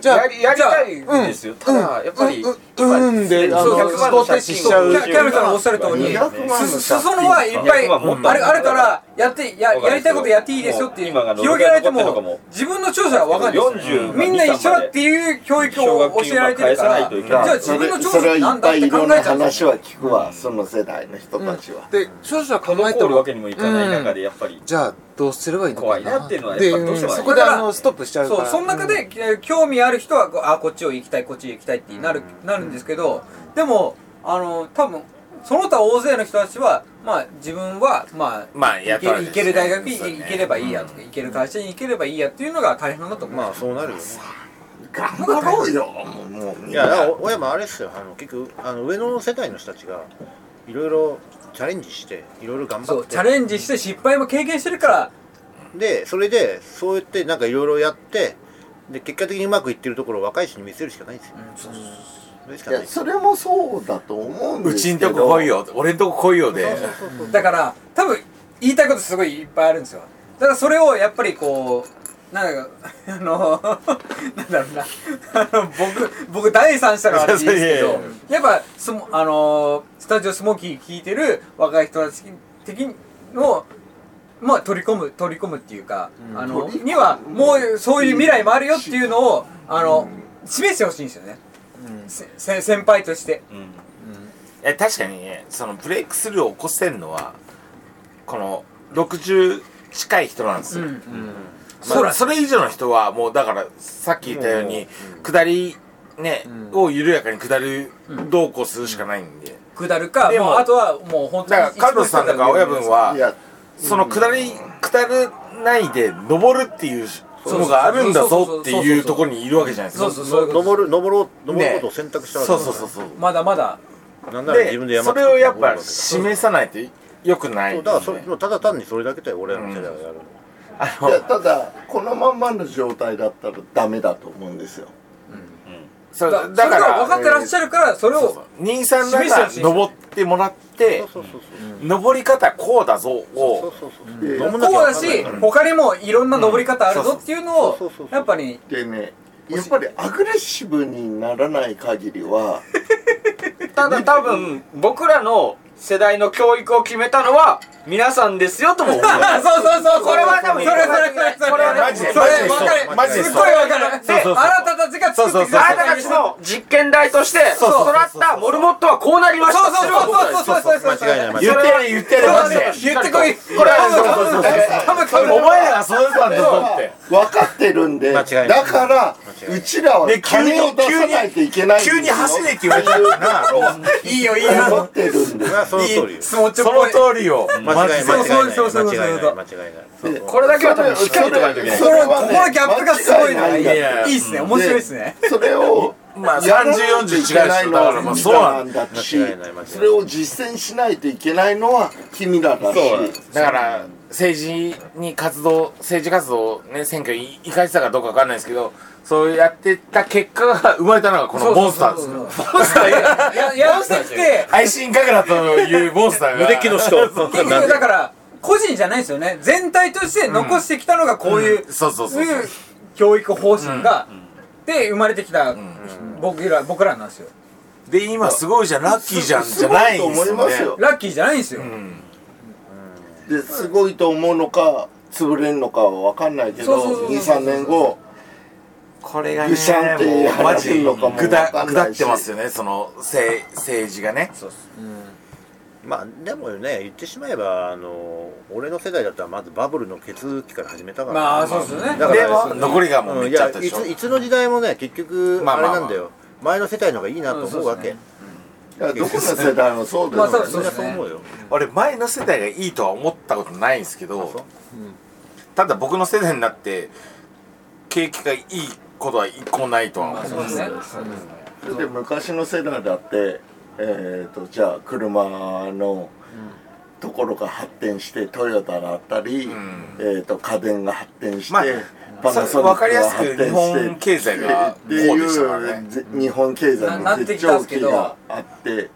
G: じゃあ
E: りやりたいんですよ。ただ、やっぱり、
G: うんうんであの
E: そう
G: 思考停止しちゃう
D: キャキャルさんのおっしゃる通り
B: 200万の
D: す裾野はいっぱい
E: 200万もっと
D: あれあるからやってややりたいことやっていいですよっていう
E: 今が
D: 広げられて
E: 残ってるのか
D: も
E: も
D: 自分の長所は分かんないです
E: 42
D: みんな一緒だっていう教育を教えられてるから
E: 奨学金は返さないといけ
D: じゃ
E: ない
D: あ *laughs* 自分の長
B: それ
D: 所
B: は
D: はいなん
B: っ
D: だっ
B: ぱい
D: て
B: い
D: 考
B: ろん
D: え
B: な
D: ちゃうんで
B: 話
D: すよ
B: は聞くわ、その世代の人たちは、
G: で少々考え
E: 構
G: て
E: える
G: る
E: わけにもいかない中で、やっぱり。
G: じゃあどうすればいいのか
E: 怖いなっていうのはやっぱ
G: で
E: どうしてもある
G: そこであのストップしちゃうか
D: そう
G: ら
D: その中で、えー興味ある人はこうあこっちを行きたいこっちへ行きたいってなる,、なるんですけどでもあの多分その他大勢の人たちはまあ自分はまあ
C: まあ
D: 行
C: やっ
D: け
C: たら
D: 行ける大学に
C: そうね
D: 行ければいいやとか、行ける会社に行ければいいやっていうのが大変なんだと思う、
F: まあそうなるよね
B: 頑張ろうよもうもう
F: い
B: い
F: やだから親もあれですよあの結局あの上の世代の人たちがいろいろチャレンジしていろいろ頑
D: そ
F: 張っ
D: う
F: て
D: チャレンジして失敗も経験してるから
F: でそれでそうやってなんかいろいろやってで結果的にうまくいってるところを若い人に見せるしかないんですよ、それしか
B: い
F: ない
B: やそれもそうだと思うんで
C: う
B: す
C: ち
B: け
C: ん
B: ど
C: とこ来いよ俺んとこ来いよで
D: だから多分言いたいことすごいいっぱいあるんですよだからそれをやっぱりこうなんか *laughs* あのなんだろうなあの僕僕第三者の話です
C: いやいや
D: け
C: いや
D: どやっぱスモあのスタジオスモーキー聞いてる若い人たち的のまあ取り込む取り込むっていうか、あの
B: 取り込む
D: にはもうそういう未来もあるよっていうのをあの、示してほしいんですよね、せせ先輩として
E: うん
C: え確かにねそのブレイクスルーを起こせるのはこの60近い人なんですよ、そらそれ以上の人はもうだからさっき言ったように下りね、を緩やかに下りどうこうするしかないんで、
D: 下るか
C: でも
D: もうあとはもう本当
C: だ
D: に
C: からカルロスさんとか親分 *laughs* はい
B: や
C: その下り下らないで登るっていうのがあるんだぞっていうところにいるわけじゃないです
D: そ
C: か
D: うそうそういうこと
F: 登る登ろう登るこ
C: ね
F: とを選択したわけ
C: そ
F: だ
C: う
F: から
C: そうそうそう
D: まだまだ
F: なんなら自分で
C: で
F: 山
C: そ
F: 作
C: れ
F: って
C: をやっぱ
F: 登るわけだから
C: 示さないとよくない
F: そうだから
C: です
F: そ
C: ね
F: れもうただ単にそれだけだよ俺らの世代はやるの、
C: あ
B: いや
C: の
B: ただこのまんまの状態だったらダメだと思うんですよ
C: そう
D: だ
C: だ
D: そ
C: か
D: れ
C: ら
D: が分かってらっしゃるからそれ
C: そうそ
D: を
C: う兄さんな
D: 示して
C: ら
D: ほしい
C: 登ってもらって
F: そうそうそう
C: 登り方こうだぞを
F: そうそうそう
B: で
F: 飲む
D: こう
F: なきゃ
D: だ
F: わかんな
D: し
F: いから
D: 他にもいろんな登り方あるぞっていうの
F: そう
D: を
F: そうそうそう
D: やっぱり
B: でねやっぱりアグレッシブにならない限りは
E: ただ多分、僕らの世代の教育を決めたのは、皆さんですよとも思う。
D: あそうそうそうこれは多分それそれそれそれ
E: これは
C: マジで
D: そ
C: マジ
D: れ
C: で
D: 分かる
C: マジで
D: っ
C: そう
D: ごい分かる
C: そうそうそう
D: であなたたちが作ってきた
E: あなたたちの実験台として育
D: そう
E: ったモルモットはこうなりまし
D: そう
E: た
D: そうそうそうそうそうそう
F: 間違いない間違いない
C: 言ってやれ言ってやれマジで
D: 言ってこい
C: これは
D: 多分多分
C: お前らがそうだったんだぞって
B: 分かってるんで
F: 間
B: だ
F: 違いない
B: から
F: 違いうない
B: ちらは
C: で急に
B: 金を出さないといけないんですよ
C: 急に走れって言われたらな
D: ういいよいい
B: 思
D: よ
B: ってるんで
F: それはその通りよ
D: 質問ちょっ
C: そ
D: ぽ
C: の
D: い
C: 通りよ
F: 間違い間違いない
D: そうそうそうそう
F: 間違いない間違いないそう
B: で
E: これだけは多分しっかりとかないといけない
B: そ
D: こ
B: れ
D: の
B: は
D: こ
B: ね
D: のギャップがすごいのが
B: 間違
D: い
B: い
D: い
B: ない
C: やいや
D: いいっすね面白いっすね
B: それを
C: まあ
B: やらないといけないの
C: 30違う人だからまあ
B: は
C: そうなん
B: 君らだし
F: 間違いない間違いない
B: それを実践しないといけないのは君らだし
C: だから政治に活動政治活動をね選挙に行かれてたかどうかわかんないですけどそうやってた結果が生まれたのがこのモンスターですよ
D: モンスターややってきて
C: 愛心神楽というモンスターが無敵の
F: *laughs*
C: 人
D: 結局だから個人じゃないですよね全体として残してきたのがこういう、
C: そうそうそうそう
D: 教育方針が、で生まれてきた僕ら僕らなんですよ
C: で今すごいじゃんラッキーじゃん
B: す
C: じゃないんです
B: すごいと思いますよ
C: よね
D: ラッキーじゃないんですよ、
B: ですごいと思うのか潰れるのかは分かんないけ
D: そうそうそう
B: ど
D: そ
B: 23
D: う
B: 年後
C: これがね
B: ぐしゃんって
C: もうマ
B: やられる
C: ジ
B: のかも
C: ぐ
B: わ
C: だ
B: か
C: ぐ
B: んな
C: だ
B: い
C: っ
B: して
C: ますよねそのせ政治がね
F: そうっすまあでもね言ってしまえばあの俺の世代だったらまずバブルの血抜きから始めたから、
D: まあそうですよね
F: だから
D: でも
C: 残りがもう
F: う
C: め
F: ん
C: っ
F: い
C: ちゃあ
F: や
C: ったで
F: い
C: しょ、
F: ついつの時代もね結局
C: まあ
F: あれ
C: まあまあ
F: なんだよ、前の世代の方がいいなと思うわけ、
B: いやどこの世代もそうだよ、
D: まあそう
F: みんなそう思うよ、
C: 俺前の世代がいいとは思ったことないんですけ
F: あそう
C: どただ僕の世代になって景気がいいことは一個もないとは思う、
D: そうですね
B: それで昔の世代だってえっ、とじゃあ車のところが発展してトヨタだったり、
C: ん
B: えー、と家電が発展して、
C: まあ
B: パナソニッ
C: わか
B: ク
C: りや
B: が
C: すく
B: 発展
C: 日本
B: して
C: 経済が
B: って
C: こうでしたから
B: い
C: ね
B: うぜ日本経済
D: な
B: の
D: なって
B: 絶
D: きた
B: 頂
D: んですけ
B: 期
D: ど
B: があって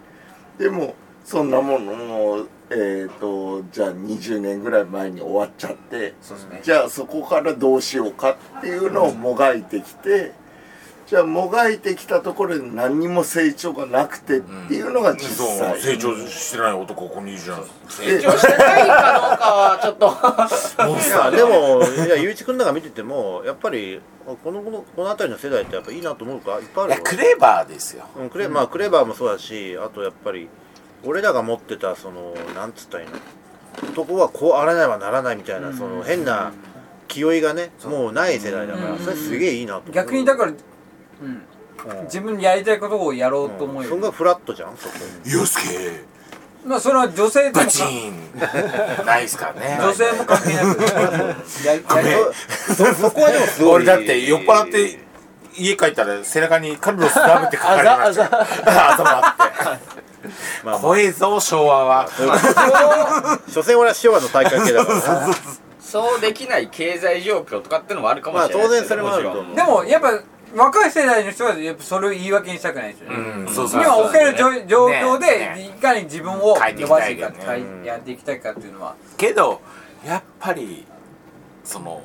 B: でもそんなものもえっ、とじゃあ20年ぐらい前に終わっちゃって
D: そうですね
B: じゃあそこからどうしようかっていうのをもがいてきてじゃあもがいてきたところで何にも成長がなくてっていうのが実
C: そう
B: 際、
C: 成長してない男ここにいるじゃん
B: で
E: ないかどうかはちょっと
F: いやでもいやゆういちくんなんか見ててもやっぱりこのこのこの辺りの世代ってやっぱいいなと思うかいっぱいある
C: *laughs* いや
F: よ
C: クレーバーですよ
F: うんクレ,、まあ、クレバーもそうだしあとやっぱり俺らが持ってたそのなんつったらいいの男はこうあらねばならないみたいな、その変な気負いがね、もうない世代だから、
D: うん
F: それすげえいいなと思う
D: 逆にだか
F: う
D: ら、
F: ん
D: 自分にやりたいことをやろうと思う
F: そ
D: よ、
F: んがフラットじゃんそこ
C: ユースケ
D: まあそれは女性と
C: バ
D: か
C: チーンないっすからね
D: 女性も関係なくややりたい
F: そそこはでもすごい
C: 俺だって酔っ払って家帰ったら背中にカルロスダメって書かれてましたよあざ笑
F: ま
C: っ
F: あ
C: て
F: ま
C: 怖えぞ昭和は
F: あ所詮俺は昭和の大会系だからな
E: そうできない経済状況とかってのもあるかも
F: まあ
E: しれない
F: 当
E: です
F: 然
E: け
F: そ
E: ど
F: れもあると
E: ちろん
F: 思う
D: でもやっぱ若い世代の人はやっぱそれを言い訳にしたくないですよね、
C: うんそうそう
D: 今
C: そ
D: 置ける状状況で、
C: ねね
D: いかに自分を
C: 変えてい
D: 伸
C: き
D: ば
C: た
D: して
C: い
D: い
C: よ
D: か
C: ね
D: 変えやっていきたいかっていうのは、
C: うけどやっぱりその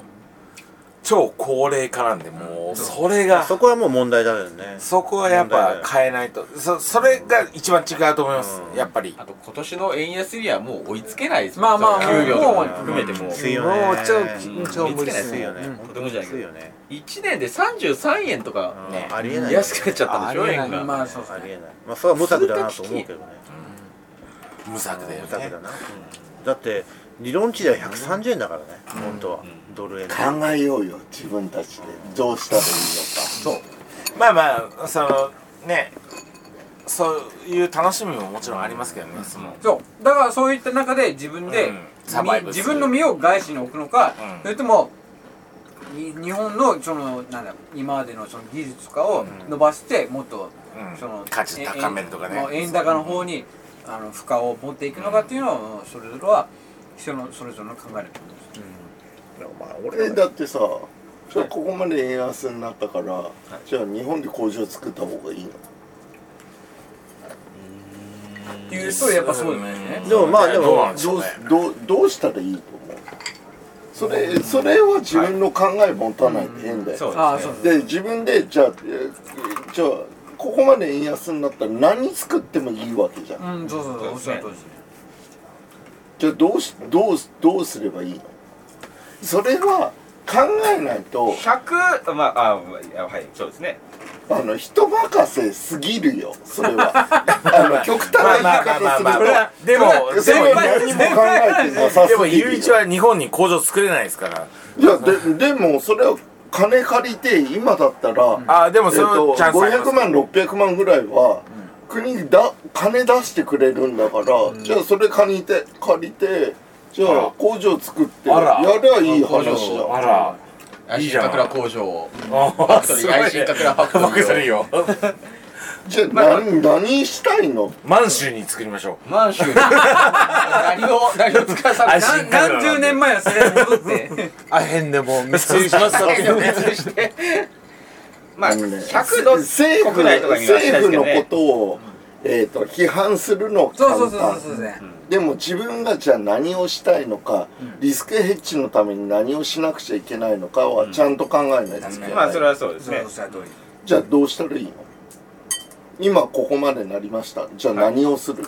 C: 超高齢化なんでもうそれが
F: そこはもう問題だよね
C: そこはやっぱ変えないとそそれが一番違うと思います
F: うん
C: やっぱり
E: あと今年の円安にはもう追いつけないです
D: まあまあ
E: 給料とかも
D: もう
E: 含めても
F: きついよね
G: もうちょ
F: うん
G: ちょ無
E: 見つけ
G: 理っ
E: ない
F: き
G: す
F: つい
G: ね
F: よね
E: うん
F: 本当にきついよね
E: 1年で33円とか
F: うん
C: ね
F: ありえないよ
E: 安くなっちゃったんでしょ
G: ありえない
E: 円が、
D: まあそうです
F: あ
D: ね
F: りえないまあそれは無策だなと思うけどね
C: 無策だよ
F: 無策
C: ね
F: だなだって理論値では130円だからね本当はドル円で
B: 考えようよ自分たちでどうしたらいいのか
C: まあまあそのねそういう楽しみももちろんありますけどねその
D: そうだからそういった中で自分で、
C: うんサバイブす
D: 自
C: る
D: 分の身を外資に置くのか、
C: うん
D: それともに日本のそのなんだ今までのその技術とかを伸ばしてもっと、
C: うん
D: その
C: 価値高めるとかね
D: ええもう円高の方にあの負荷を持っていくのかっていうのを、それぞれは人のそれぞれの考えると思うんです
F: まあ
B: え
F: 俺
B: だってさじゃあここまで円安になったから、じゃあ日本で工場作った方がいいの
D: っていうとやっぱそうですね、
F: でもまあでも
C: どうなんでし
B: ど
C: ょう
B: う
C: ね
B: どうどうしたらいいと思うそれそれは自分の考え持たないで変だよ、
E: そう
D: ああ
E: です
D: そう
E: ね
D: です
B: で自分でじゃあえーじゃあここまで円安になったら何作ってもいいわけじゃん、
D: うんそうそうそうおっしゃるとりです
B: じゃあどうしどうどうすればいいのそれは考えないと
E: 100まああいやはいそうですね
B: あの人任せすぎるよそれ
C: *laughs*
B: はあの極端な言い方する
C: まあまあまあまあまあ
B: と
C: でも
B: それは何も考えてなさ
C: ですも
B: ぎ
C: ゆう
B: る
C: い
B: よ
C: ちは日本に工場作れないですから
B: いやででもそれを金借りて今だったら、
C: あでもそ
B: えっ
C: の
B: と
C: チャンスあります
B: 500万600万ぐらいは国だ金出してくれるんだから、じゃあそれ借りて借りてじゃあ工場作ってや
C: あ
B: り
C: ら
B: ゃいい話じゃん
C: あらいいじゃん
E: 新神楽工場を
C: あ
E: すごいねうまくする
C: よ
B: じゃあ何何したいの
C: 満州に作りましょ
E: 満州に何を何を使わさ
C: 安心
D: ね何何十年前はそれに戻って
G: あ変でもう密
C: *laughs*
G: 輸しますから
E: 何を別してまあ
B: あのね
E: 100度
B: 政府
E: 国内とかにはしないで
B: 政
E: す
B: 府
E: けど
B: のこ
E: ね
B: とを、えー、と批判するのは簡
D: そう
B: 単
D: そうそうそうそうですね、
B: でも自分がじゃあ何をしたいのか、リスクヘッジのために何をしなくちゃいけないのかはちゃんと考えないといけない、
E: まあそれはそうです
D: そう
E: ね
D: おっしゃる通り
B: じゃあどうしたらいいの今ここまでなりましたじゃあ何をする、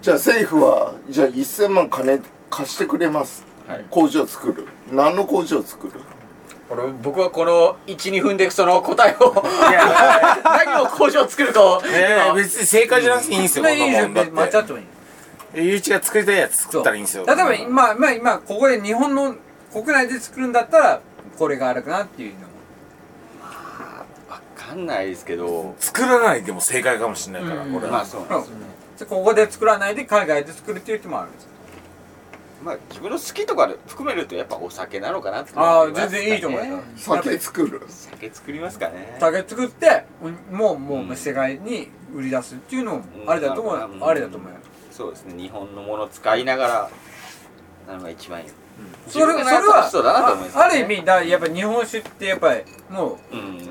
B: じゃあ政府はじゃあ1000万金貸してくれます、工場作る何の工場作る
E: 俺僕はこの12分でその答えを何を工場作るかを
C: え別に正解じゃなくていいんですよ、こん
D: いい
C: な
D: じゃ
C: もん
D: ん
C: だっ
D: 抹茶
C: て。
D: といい
C: ゆういちが作りたいやつ作ったらいいんですよ。
D: 例えば今今今ここで日本の国内で作るんだったらこれがあるかなっていうのも
E: わかんないですけど
C: 作らないでも正解かもしれないから、
D: うん
C: これ
E: まあ
C: は。
E: そうな
D: う
E: んで
D: ん
E: す
D: じゃあここで作らないで海外で作るっていう手もあるんです
E: まあ自分の好きとかで含めるとやっぱお酒なのかなって
D: ああ全然いいと思いますす
B: 酒作る
E: 酒作りますかね
D: 竹作ってうんもうもう世界に売り出すっていうのもあれだと思う、
E: うん
D: あれだと思うよ、
E: そうですね日本のものを使いながらなのが一番いい
D: それそれ
E: 自分がやっぱ
D: は
E: そうだなと思いますね
D: あある意味だからやっぱ日本酒ってやっぱりもう
E: うん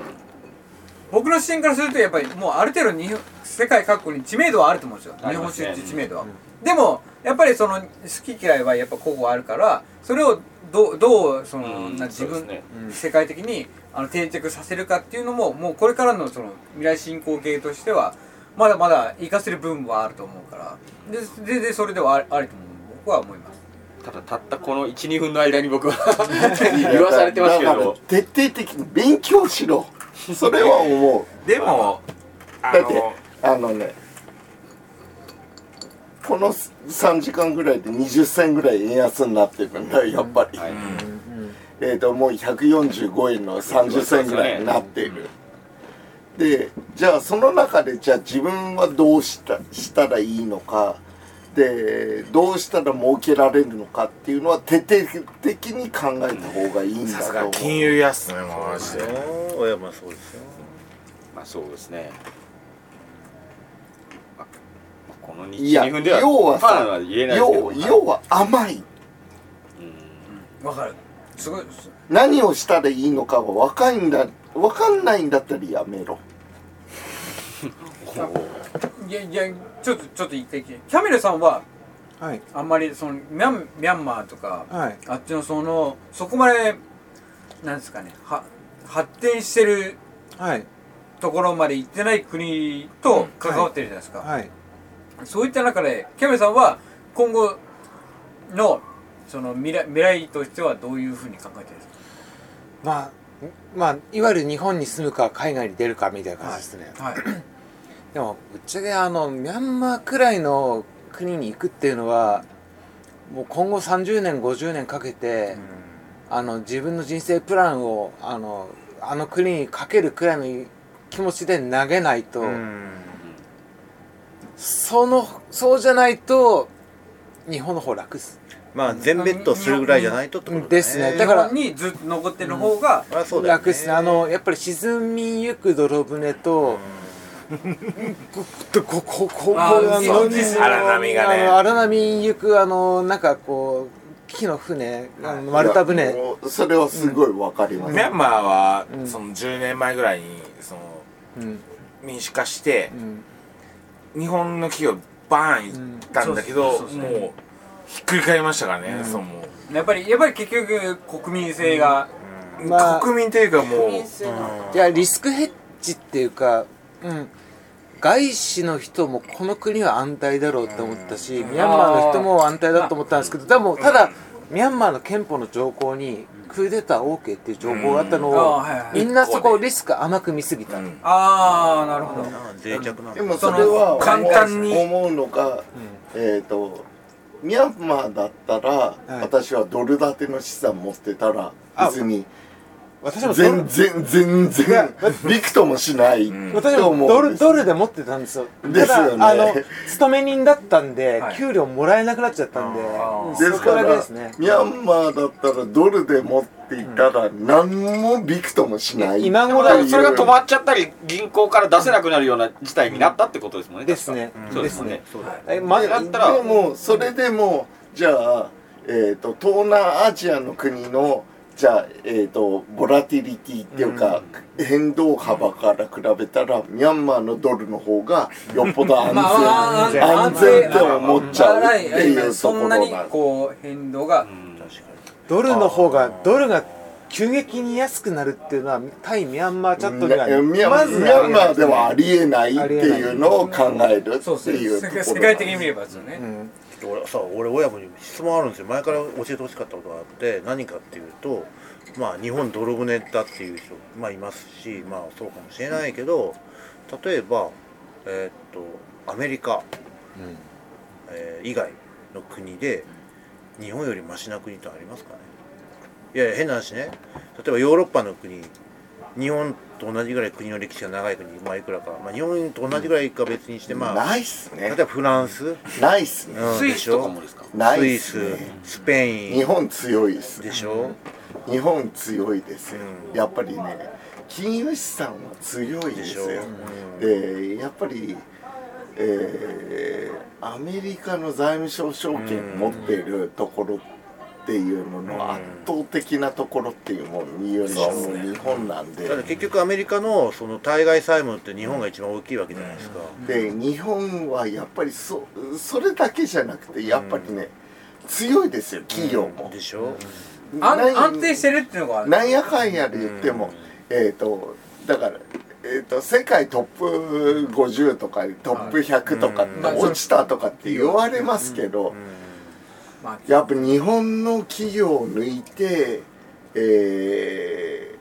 D: 僕の視点からするとやっぱりもうある程度に世界各国に知名度はあると思うんですよ
E: あ
D: 日
E: り
D: 本
E: ますね
D: 酒って知名度は、でもやっぱりその好き嫌いはやっぱ個々あるからそれをどうどうその、
E: うん
D: な自
E: そう
D: 分、
E: ですね
D: 世界的にあの定着させるかっていうのももうこれからのその未来振興系としてはまだまだ活かせる部分はあると思うからで全然それではありありと思う僕は思います
E: ただたったこの12分の間
D: *laughs*
E: に僕は言わされてますけ
B: だから
E: ど
B: 徹底的に勉強しろそれは思う
C: でも、あ
B: だって
C: の、
B: あのねこの3時間ぐらいで20銭ぐらい円安になってるんだよやっぱり、
E: はい
B: えー、ともう145円の30銭ぐらいになってる、でじゃあその中でじゃあ自分はどうしたしたらいいのかでどうしたら儲けられるのかっていうのは徹底的に考えた方がいいん
C: さ
B: だ
C: す
B: と
C: が
B: 思
C: 金融安ね、もうマジ
F: そう
C: で。
F: 親もそうですよ
E: まあそうですね。まあまあこの
B: い
E: 日
B: や
E: 2分では
B: 要は
E: フ
B: さ
E: ァンは言えないですけど
B: 要。要は甘い
D: わかるすごいす
B: 何をしたらいいのかは分かんだ分かんないんだったらやめろ
E: はい
D: いやいやちょっとちょっと一回聞いてキャメルさんは
G: はい
D: あんまりそのミャンミャンマーとか
G: はい
D: あっちのそのそこまでなんですかねは発展してる
G: はい
D: ところまで行ってない国と関わってるじゃないですか、
G: はい
D: そういった中でキャメルさんは今後のその未来未来としてはどういうふうに考えてるんです
G: まあまあいわゆる日本に住むか海外に出るかみたいな感じですね、
D: かはい
G: でもぶっちゃけあのミャンマーくらいの国に行くっていうのはもう今後30年50年かけて、あの自分の人生プランをあのあの国にかけるくらいの気持ちで投げないと、そのそうじゃないと日本の方楽っす、
F: まあ全ベッドするぐらいじゃないとってこと
G: ですね
D: *clears throat* だか
G: だからら
D: にずっと残ってる方が、
F: まあそうだよね
G: 楽っすねあのやっぱり沈みゆく泥船と、ここここ
D: あー
G: あ
D: そ
G: の
D: うね
C: 荒波がね
G: あの荒波行くあのなんかこう木の船あの丸太
B: いや
G: 船
B: もうそれはすごい分かります、
C: ミャンマーは、
G: うん
C: その10年前ぐらいに、その、
G: うん
C: 民主化して
G: う、ん
C: 日本の企業バーン行ったんだけど、
D: うんそうそうそう
C: もう、ひっくり返りましたからね、その、
D: やっぱりやっぱり結局国民性が、
G: まあ
C: 国民というかもう、
G: いやリスクヘッジっていうかうん外資の人もこの国は安泰だろうって思ったし、ミャンマーの人も安泰だと思ったんですけどでもただ、ミャンマーの憲法の条項にクーデター OK っていう条項があったの
D: ああ
G: を、
D: はいはい
G: みんなそこをリスク甘く見すぎた、
C: うん
D: ああなるほど、
F: ああ脆弱な
B: で
F: の
B: もそれは
C: その簡単に
B: 思うのが、えっ、とミャンマーだったら、
G: い
B: 私はドル建ての資産持ってたら
G: あ
B: 別に
G: 私もそ
B: 全然全然 *laughs* びくともしない
G: 私
B: と
G: も
B: 思
G: ド
B: うん
G: ル
B: です
G: ドルで持ってたんですよ
B: ですよね
G: ただあの勤め人だったんで、
D: はい
G: 給料もらえなくなっちゃったんで
D: あ
B: で
G: そ
B: す
G: こ
B: か
G: だけ
B: ら
G: ですね
B: ミャンマーだったらドルで持っていたら何もびくともしない
G: 今
E: ほ
G: 頃
E: らそれが止まっちゃったり銀行から出せなくなるような事態になったってことですもんね。
G: ですね
E: 確かそうですもんね。
F: そうだよ
G: えま
E: で
G: だ
E: だったら
B: でもそれでもじゃあ、えー、と東南アジアの国のじゃあ、えー、とボラティリティっていうか、変動幅から比べたらミャンマーのドルの方がよっぽど安全、
D: まあまあまあ
B: 安全って思っちゃうっていうとこ
D: そ
B: ろ
D: ん
B: が
D: なにこう変動が、
G: ドルの方がドルが急激に安くなるっていうのは対ミャンマーチャットには
B: ねミャン
G: ま
B: ミ
G: ず
B: ャンマーではありえないっていうのを考える
D: そう
B: っ
D: そ
B: て
D: う
B: いうところ
D: 世界的に見ればですよね、
G: うん
F: 俺さ俺親分に質問あるんですよ前から教えてほしかったことがあって何かっていうとまあ日本泥船だっていう人まあいますしまあそうかもしれないけど例えばえーっとアメリカ、えー以外の国で日本よりマシな国ってありますかねいやいや変な話ね例えばヨーロッパの国日本と同じぐらい国の歴史が長い国まあいくらか、まあ、日本と同じぐらいか別にして、まあ
B: ないっす
F: 例え
B: ね
F: ばフランス、
B: ないっすね
F: うん
D: スイスとかも
F: でしょ
B: ない
F: ス
B: っ
F: イ
B: す
F: ス
B: ね
F: スペイン
B: 日本強いっす
F: でしょ、
B: 日本強いですよ、
F: う
B: やっぱりね金融資産は強いですよ
F: でしょ
B: でやっぱり、えーアメリカの財務省証券持ってるところっていうのの圧倒的なところっていうもんによりも日本なんで
F: ただ結局アメリカのその対外債務って日本が一番大きいわけじゃないですか、
B: で日本はやっぱりそそれだけじゃなくてやっぱりね、強いですよ企業も、
F: でしょ、
B: ない
D: 安安定してるっていうのがある
B: なんやかんやで言っても、えっ、とだから、えー、と世界トップ50とかトップ100とかって
D: はい
B: 落ちたとかって言われますけど、
D: まあ
B: やっぱ日本の企業を抜いて、えー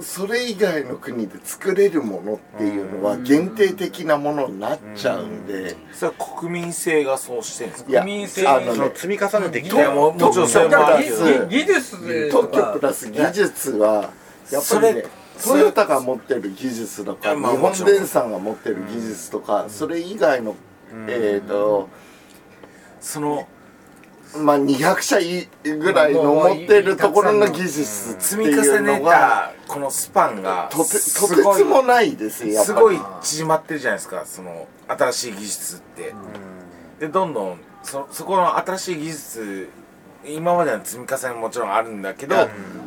B: それ以外の国で作れるものっていうのは限定的なものになっちゃうんで、
C: それは国民性がそうしてるんですか
B: いや
D: 国民性
B: あ
F: そ
B: のね
F: の積み重ねてき
C: いや
F: た
C: もうもちろんそれもあるけど
B: 特許プラス
D: 技技術と
B: 特許
D: か
B: プラス技術はやっぱりね
C: そ
B: ト
C: れ
B: ヨタが持ってる技術と
C: い
B: か
C: や
B: 日
C: まあ
B: 本電産が持ってる技術とかそれ以外のえーと
C: その
B: まあ200社いぐらいの
D: もうもう
B: 持ってるところの
D: たくさんの
B: 技術って
C: 積み
B: い
C: 重
B: うの
C: ね
B: が
C: たこのスパンが
B: とてと
C: す
B: て
C: ごい
B: つもないですよやっ
C: す
B: ぱり
C: ごい縮まってるじゃないですかその新しい技術って、でどんどんそそこの新しい技術今までの積み重ねももちろんあるんだけど、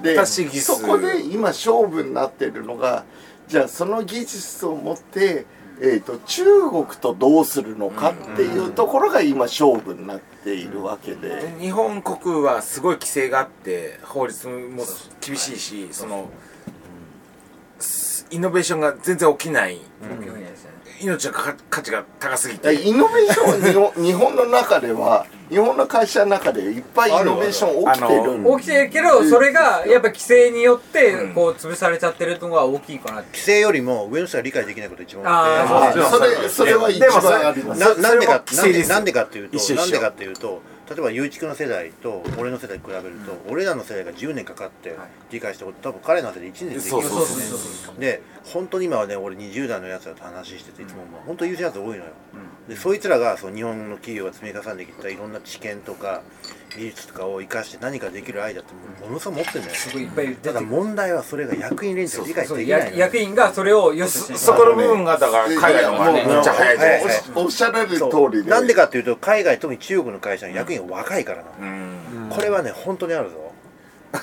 B: で
C: 新しい技術
B: そこで今勝負になってるのがじゃあその技術を持って、えー、と中国とどうするのかっていうところが今勝負になっているわけで。
C: で日本国はすごい規制があって法律も厳しいしそのすイノベーションが全然起きない命のかか価値が高すぎ
B: だから
C: て
B: イノベーション *laughs* は日本日本の中では日本の会社の中でいっぱいイノベーション起きてるんで
D: 起きてるけどそれがやっぱ規制によって
C: うん
D: こう潰されちゃってるのが大きいかなって
F: 規制よりも上の人が理解できないこと一番
D: あー
F: 多
B: は
F: く
B: い
F: て
C: そう
B: それそれは一
C: でもそれ
B: 番あります
F: ななんでか
C: それ
F: な
C: も規
F: ん
C: 制
F: で
C: です
F: なんでかっていうと
C: 一緒一緒
F: なんでかっていうと例えば雄一君の世代と俺の世代比べると、俺らの世代が10年かかって理解したこと多分彼らの世代1年でできるんです
C: そう
F: よ
C: そうそう
F: で本当に今はね俺20代のやつらと話してていつも、まあ本当優秀なやつ多いのよ、でそいつらがその日本の企業が積み重ねてきたいろんな知見とか技術とかを生かして何かできるアイデアってもうものすごい持ってるんだよ、
D: すごいいっぱい出て
F: ただ
D: くる
F: 問題はそれが役員連中は理解
D: そう
F: できないの
D: や
F: よ
D: 役員がそれをよしとして
C: そ
D: る
C: そこの部分がだから海外の方がね
B: いや
C: めっちゃ早いじゃないですか、
B: おおっしゃられる通
F: そう
B: りで
F: なんでかっていうと海外特に中国の会社の役員が若いからな、
C: うん
F: これはね本当にあるぞ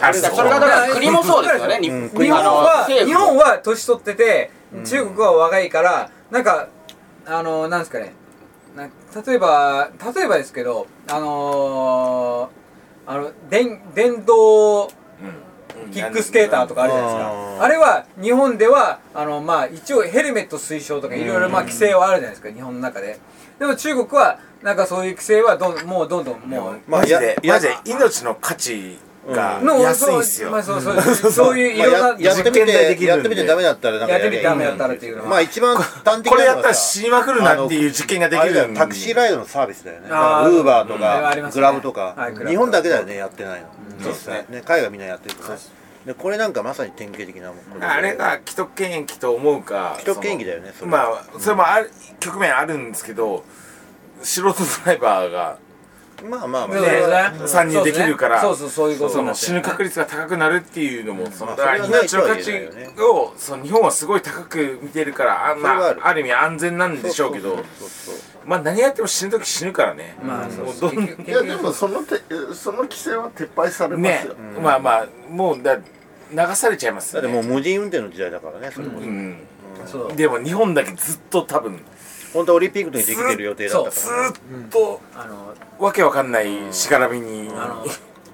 C: あれ
F: そう
E: それがだから国もそうですよね、
F: う
E: 日
F: ん
E: 国
D: 日本
E: あの
D: は
E: 政
D: 日
E: 府も
D: 本は年取ってて中国は若いからなんかあのなんですかねな例えば例えばですけどあのーあの電電動キックスケーターとかあるじゃないです
F: う
D: か
F: ん
D: あれは日本ではあのまあ一応ヘルメット推奨とかいろいろまあ規制はあるじゃないですか日本の中ででも中国はなんかそういう規制はどんもうどんどんもう
F: まあ
C: マジで
F: やや
C: マジで命の価値が
D: の
C: 安いんです
D: そ
C: よ、
D: うまあそう
F: *laughs*
D: そうそういうい
F: まあ
D: ろんな
F: ややってみ
C: 実験台で
F: て
C: きるんで
F: やってみてダメだったらなんか
D: やってみて
F: りゃい
D: ダ
F: い
D: メだったらっていうのは
F: まあ一番端的なのがさ
C: これやったら死にまくるなっていう実験ができ
F: あれだ
C: る
F: よタクシー
C: イ
F: ライドのサービスだよねだか
D: あー
F: らウーバーと
D: うんあり
F: か、
D: ます
F: グ
D: ね
F: ラブとか、
D: はいグラブ
F: 日本だけだよねやってないの、
C: そ
F: 実
C: うですね
F: 際ね海外みんなやってるからでこれなんかまさに典型的なもん
C: あれが既得権益と思うか
F: 既得権益だよね
C: そ
F: そ
C: の
F: れ
C: まあそれもある局面あるんですけど素人ドライバーが
F: まあまあまあ
D: そうですね
C: ね参入できるから
D: そうそうそういうこと
C: そ
D: にな
C: の
D: って
C: 死
D: るね
C: ぬ確率が高くなるっていうのもその
F: まあそれはない
C: 命
F: と
C: の
F: は
C: 価
F: 言えないよね
C: 値をその日本はすごい高く見てるからあん
F: それはあ
C: な
F: る
C: ある意味安全なんでしょうけ
F: そ
C: ど
F: うそう
C: まあ何やっても死ぬ時死ぬからね
D: まあそう
C: もう
D: そ
C: ど
D: うん結局
B: いやでもそのてその規制は撤廃されます
C: ね
B: よ、
C: まあまあもうだ流されちゃいます
F: だ
C: よ
F: って
C: ね
F: もう無人運転の時代だからねそれも、
C: うん
D: そう
C: でも日本だけずっと多分
F: 本当はオリンピックの時にできてる予定だった
C: ず
F: からね
C: ーっと
D: あの
C: わけわかんないしがらみに
D: あの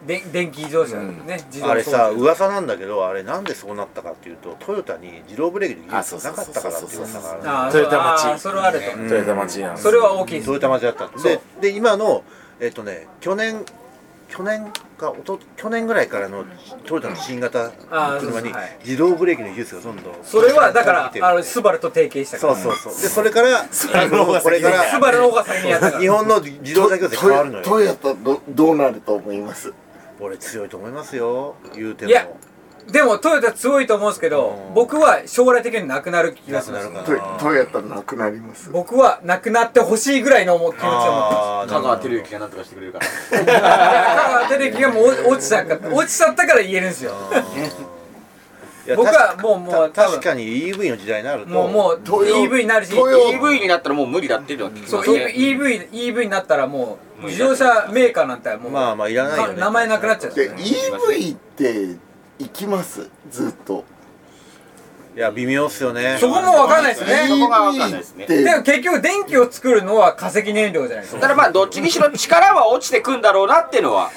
D: で電気自動車ね、自動
F: あれさ
D: 装置
F: 噂なんだけどあれなんでそうなったかっていうとトヨタに自動ブレーキの技
C: あそ
F: 術
C: うそ
F: が
C: う
F: なかったからっていう噂がある
D: ああ
C: トヨタ
D: そう
C: 町
D: ああそれはあると、
C: トヨタ町なんです
D: それは大きいです
F: トヨタ町だったとでで今のえっとね去年去年かおと去年ぐらいからのトヨタの新型
D: あ
F: の
D: ーそう
F: 車
D: そう
F: に
D: はい
F: 自動ブレーキの技術がどんどん
D: それはだか
F: 来てる
D: らあのスバルと提携したか
F: そ
D: ら
F: うそうそうでそれから
C: バルの方が
F: これか
D: ス
F: ら
D: バルの方が先にやったから
F: 日本の自動車業界変わるの
B: トト
F: よ
B: ヨタどどうなると思います
F: 俺強いと思いますよ言うて
D: いや
F: も
D: でもトヨタ強いと思うんですけど
F: うん
D: 僕は将来的になくなる気が
F: な
D: す
F: く
D: るん
F: な
D: です
F: るか
B: ト
F: な
B: トヨタなくなります
D: 僕はなくなってほしいぐらいの思う気持ちを持ってます
F: あー
E: 香川照之がなんとかしてくれ
D: *laughs*
E: るから
D: いや香川照之がもう落落ちちゃった落ちちゃったから言えるんですよ
F: いや
D: 僕はもう
F: た
D: もう
F: た
D: 多
F: 確
D: 分
F: かに EV の時代になると
D: もうもう
B: トヨ
D: EV になるし
B: トヨ
E: EV になったらもう無理だっていうのは聞き
D: そ
E: ま
D: う
E: すね
D: EV, EV になったらもう自動車メーカーなんてもう、
F: まあまあいらないよね
D: 名前なくなっちゃう
B: で EV って行きますずっと
F: いや微妙っすよね
D: そこもわかんないです
E: そ
D: ね
E: こがわかんないですね
B: EV って
D: でも結局電気を作るのは化石燃料じゃないです
E: た
D: か
E: だまあどっちにしろ力は落ちてくんだろうなっていうのは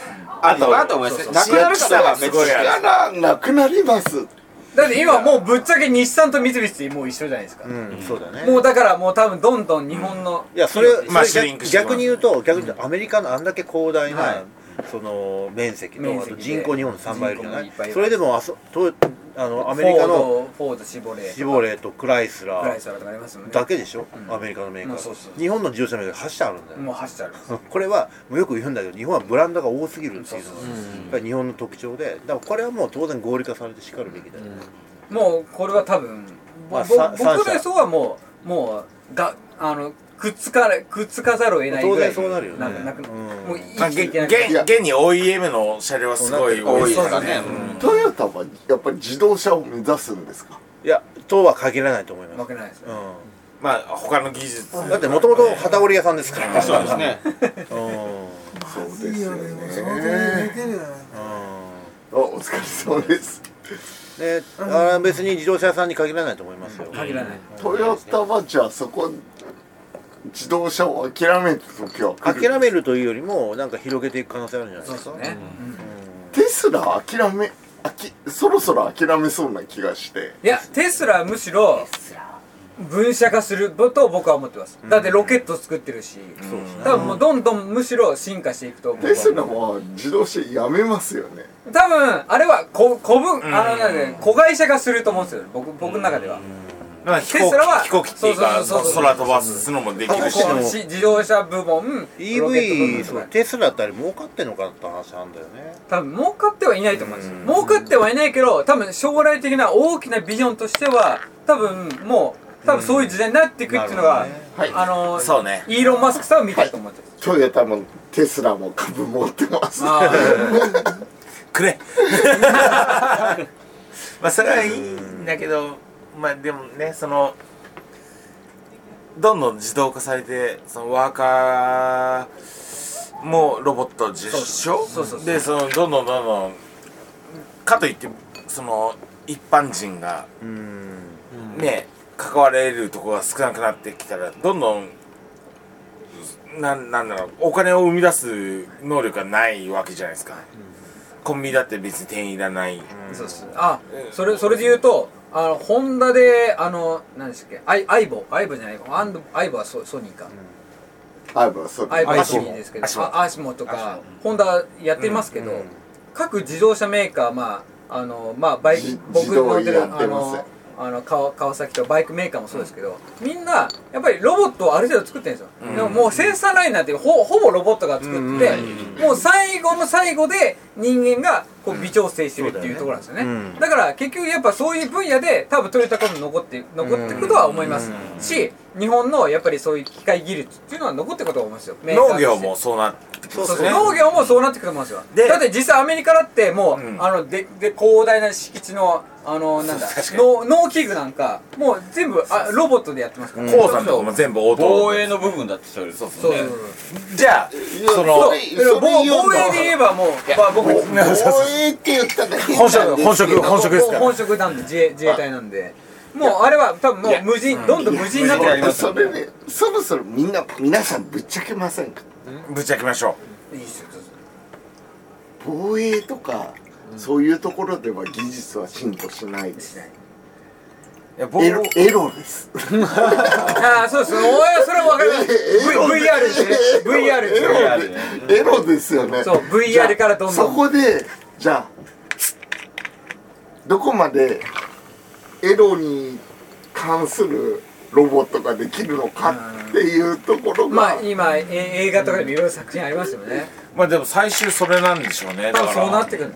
E: あるのかなと思いますねなくなるからは別に
B: 力なくなります
D: だって今もうぶっちゃけ日産と三菱ってもう一緒じゃないですか、
F: うんそうだね
D: もうだからもう多分どんどん日本の、
F: いやそれ
C: まあ
F: それ
C: シン
F: 逆
C: クしてもらう
F: 逆に言うと逆に言うとアメリカのあんだけ広大
D: は
F: なその面積と
D: 面
F: あ
D: 積
F: と
D: で
F: 人口日本の3倍いるじゃな
D: 人口もいっぱいい
F: い
D: る
F: それでもあそとあのアメリカの
D: フォードフォードシボレー
F: シボレーとクライス
D: クラ
F: ラ
D: イ
F: ー
D: スラーとかありますもんね
F: だけでしょアメリカのメーカ
D: うんそうそう
F: ー日本の自動車メーカー8社あるんだよ
D: もう走っちゃう
F: これはもうよく言うんだけど日本はブランドが多すぎるっていうのがやっぱり日本の特徴でだからこれはもう当然合理化されてしかるべきだよね、
D: もうこれは多分、
F: まあ
D: ぼ
F: さ
D: 僕の
F: 三者
D: 予想はもうもうがあのくっつかれくっつかざるを得ない
F: 当
D: ぐら
F: 然
D: い
F: そうなるよね
D: くなく
F: うん
D: もう
C: ま
D: 生
C: あ、
D: き
C: げ
D: ていけな
C: 現
D: くなる
C: 現に OEM の車両はすごい多いですからね
E: そうなってる
C: うん
B: トヨタはやっぱり自動車を目指すんですか
F: いやとは限らないと思いま
D: わ
F: す、
D: けないですよ
F: う
C: まあ他の技術
F: ん、だってもともと旗織り屋さんですから
E: そうですね
F: うん
B: そうですよねあお疲れ様です
F: であれは別に自動車屋さんに限らないと思いますよ、
D: 限らない
B: トヨタはじゃあそこ自動車を諦めた時は来る
F: 諦めるというよりもなんか広げていく可能性あるんじゃない
D: そう
F: で
D: ですす
F: か
D: よね、
B: テスラ諦めあきそろそろ諦めそうな気がして
D: いやテスラはむしろ分社化すると僕は思ってますだってロケット作ってるし、多分もうどんどんむしろ進化していくと思う
B: テスラは自動車やめますよね
D: 多分あれはこ古分あのなんで子会社化すると思うんですよ僕僕の中では、
C: まあ飛行
D: テスラは
C: 機飛行機っていうか
D: そうそうそうそう
C: 空飛ばすのもできるし
F: でも
D: こうし自動車部門ロケット部
F: EV
D: 門と
F: そう
D: か
F: テスラってあれ儲かってんのかって話なんだよね
D: 多分儲かってはいないと思うんですよ儲かってはいないけど多分将来的な大きなビジョンとしては多分もう多分そういう時代になっていくっていうのが、
F: うんなるほどね
B: はい
D: あの
C: そうね
D: イーロン・マスクさんは見てると思ってます、
B: トヨタもテスラも株持ってます
C: くれまあそれはいいんだけどまあでもねそのどんどん自動化されてそのワーカーもロボット実証
D: そうそうそうそう
C: でそのどんどんどんどんかといってその一般人が
F: うん
C: ね、関われるところが少なくなってきたらどんどんなんなんだろうお金を生み出す能力がないわけじゃないですか、コンビニだって別に店員いらない、
D: そうですあそれそれで言うとあのホンダであの何でしたっけアイアイボアイボじゃないアンドアイボはソソニーか、
B: あまあそう
D: アイボ
B: あ
D: は
B: そ
D: ソ
B: う
D: ニーですけど
C: アシモ
D: あアシモとかホンダやってますけど、各自動車メーカーまああのまあバイ
B: じ
D: ク僕乗って
B: 自動
D: る
B: やっ
D: あ
B: てます
D: のあの川川崎とバイクメーカーもそうですけど、みんなやっぱりロボットをある程度作ってるんですよ、でももう生産ラインなんてほほぼロボットが作ってて、もう最後の最後で人間がこう微調整してるっていうところなんですよね、
F: うん
D: だから結局やっぱそういう分野で多分トヨタコム残って残っていくとは思いますし日本のやっぱりそういう機械技術っていうのは残っていくと思いますよメーカーと
C: 農
D: して
C: 業もそうなってき
D: そうそう
C: ね
D: 農業もそうなってくると思うんですよ
C: で
D: だって実際アメリカだってもう、
C: うん
D: あのでで広大な敷地のあのなんだ
C: そう確かに
D: 農農機具なんかもう全部あロボットでやってますから、
C: 鉱山とかも全部応
E: 防
C: 答
E: 衛の部分だってそれそう
D: そうそう
C: じゃあその
B: それ
D: そうそ
B: それ
D: う防
B: 言うん
D: 防
B: だ
D: 衛で言えばもうまあ僕
B: 防衛って言ったら変なん
C: 本
B: ですけ
C: 職
B: ど
C: 本職本職ですから
D: 本職なんで自衛自衛隊なんでもうあれは多分もう無人どんどん無人になって
B: い
D: る
B: やそれねそろそろみんな皆さんぶっちゃけませんか
C: ぶっちゃけましょ
D: いいっすよ
B: 防衛とか、そういうところでは技術は進歩しないです
C: いや僕
B: エロエロです
D: ああ、そうです。おい、それはわかります。V- VR ですね。VR です
B: エ
D: ね。
B: ロでエロですよね
D: そう、VR からどんど
B: そ
D: ん。
B: こでじゃあどこまでエロに関するロボットができるのかっていうところが、
D: まあ今え映画とかでもいろいろ作品ありますよね。
C: まあでも最終それなんでしょうねだ
D: 多分
C: から
D: そうなってくる。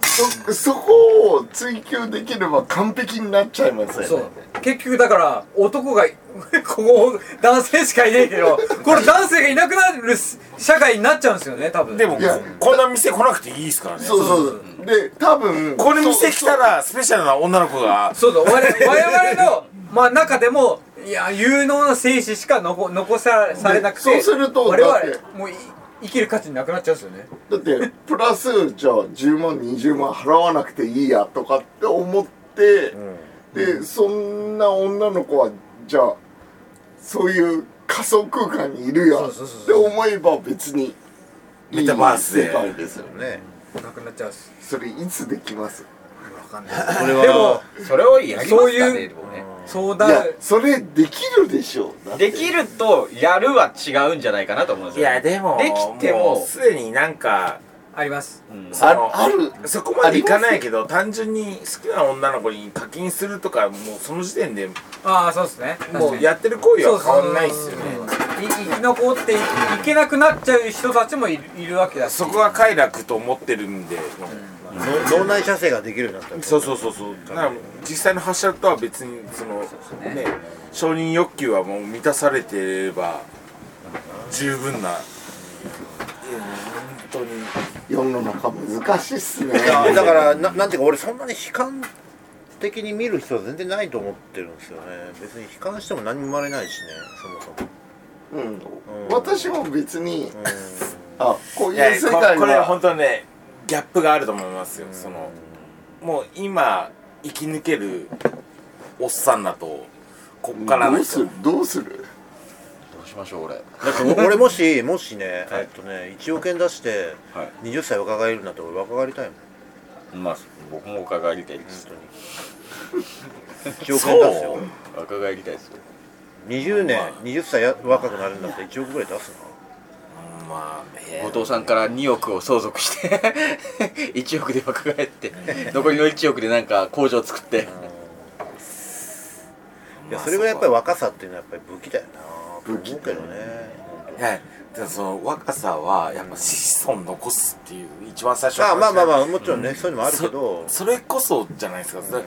B: そそこを追求できれば完璧になっちゃいますよね
D: そう。結局だから男が *laughs* ここ男性しかいないけど、これ男性がいなくなる社会になっちゃうんですよね。多分。
C: でも
B: いや
C: こんな店来なくていいですからね
B: そうそうそうで多分
C: これ店来たらスペシャルな女の子が
D: そうだ。我々我々のまあ中でもいや有能な精子しか残残さされなくて、
B: そうすると
D: 我
B: だって
D: 々もうい生きる価値なくなっちゃうんですよね。
B: だって *laughs* プラスじゃあ10万20万払わなくていいやとかって思って、でそんな女の子はじゃあそういう仮想空間にいるや
D: そうそうそう
B: って思えば別にいい
C: メタバースで
B: 世界ですよね
F: ね
D: なくなっちゃうんです。
B: それいつできます
E: それ
D: でも
E: はそれをやります
D: そう
E: か
D: い
E: ね
D: う
E: でもね
D: そう
B: い
D: だ
B: や。それできるでしょうだって
E: できるとやるは違うんじゃないかなと思うんです
C: い
E: よね
C: やでも
E: できても
C: うすでになんか
D: あります。
E: うん
C: そ
B: あ
C: の
B: ある
C: そこまでいかないけど単純に好きな女の子に課金するとかもうその時点で
D: ああそうですね。
C: もう
D: や
C: やってる行為は変わんないっすよね
D: い生き残っていけなくなっちゃう人たちもいるいるわけだし
C: そこが快楽と思ってるんで、
F: の脳内射精ができるようになったら
C: そうそうそうそうだから実際の発射とは別にそのね承認欲求はもう満たされてれば十分な、本当に
B: 世の中難しいっすね
F: いやだからななんていうか俺そんなに悲観的に見る必要は全然ないと思ってるんですよね別に悲観しても何も生まれないしねそもそも
B: うん、私も別
F: う
B: に
F: ん
B: あこう
C: いや
B: いう世
C: こ
B: 界
C: これ本
B: は
C: 当にねギャップがあると思いますよそのもう今生き抜けるおっさんだとこっから
B: ど
C: の
B: うす
C: 人
B: るどうする
E: どうしましょう俺
F: だってお俺もしもしね、えっとね1億円出して
E: はい
F: 20歳若返るんだったら俺若返りたいもん
E: まあ僕も若返りたいで
F: 本
E: す
F: 当に1億円出すよ
E: 若返りたいですよ
F: 20年20歳や若くなるんだったら1億ぐらい出す
C: まあえ
E: 後藤さんから2億を相続して1億で若返って残りの1億でなんか工場作って
F: な、いやそれぐらいやっぱり若さっていうのはやっぱり武器だよな
B: 武
F: と
B: 器
F: 思うけどね
C: はいだからその若さはやっぱ子孫残すっていう一番最初の
F: まあ
C: 話
F: まあまあま
C: あ
F: あもちろんね、そういうのもあるけど
C: そそれこそじゃないですかそれ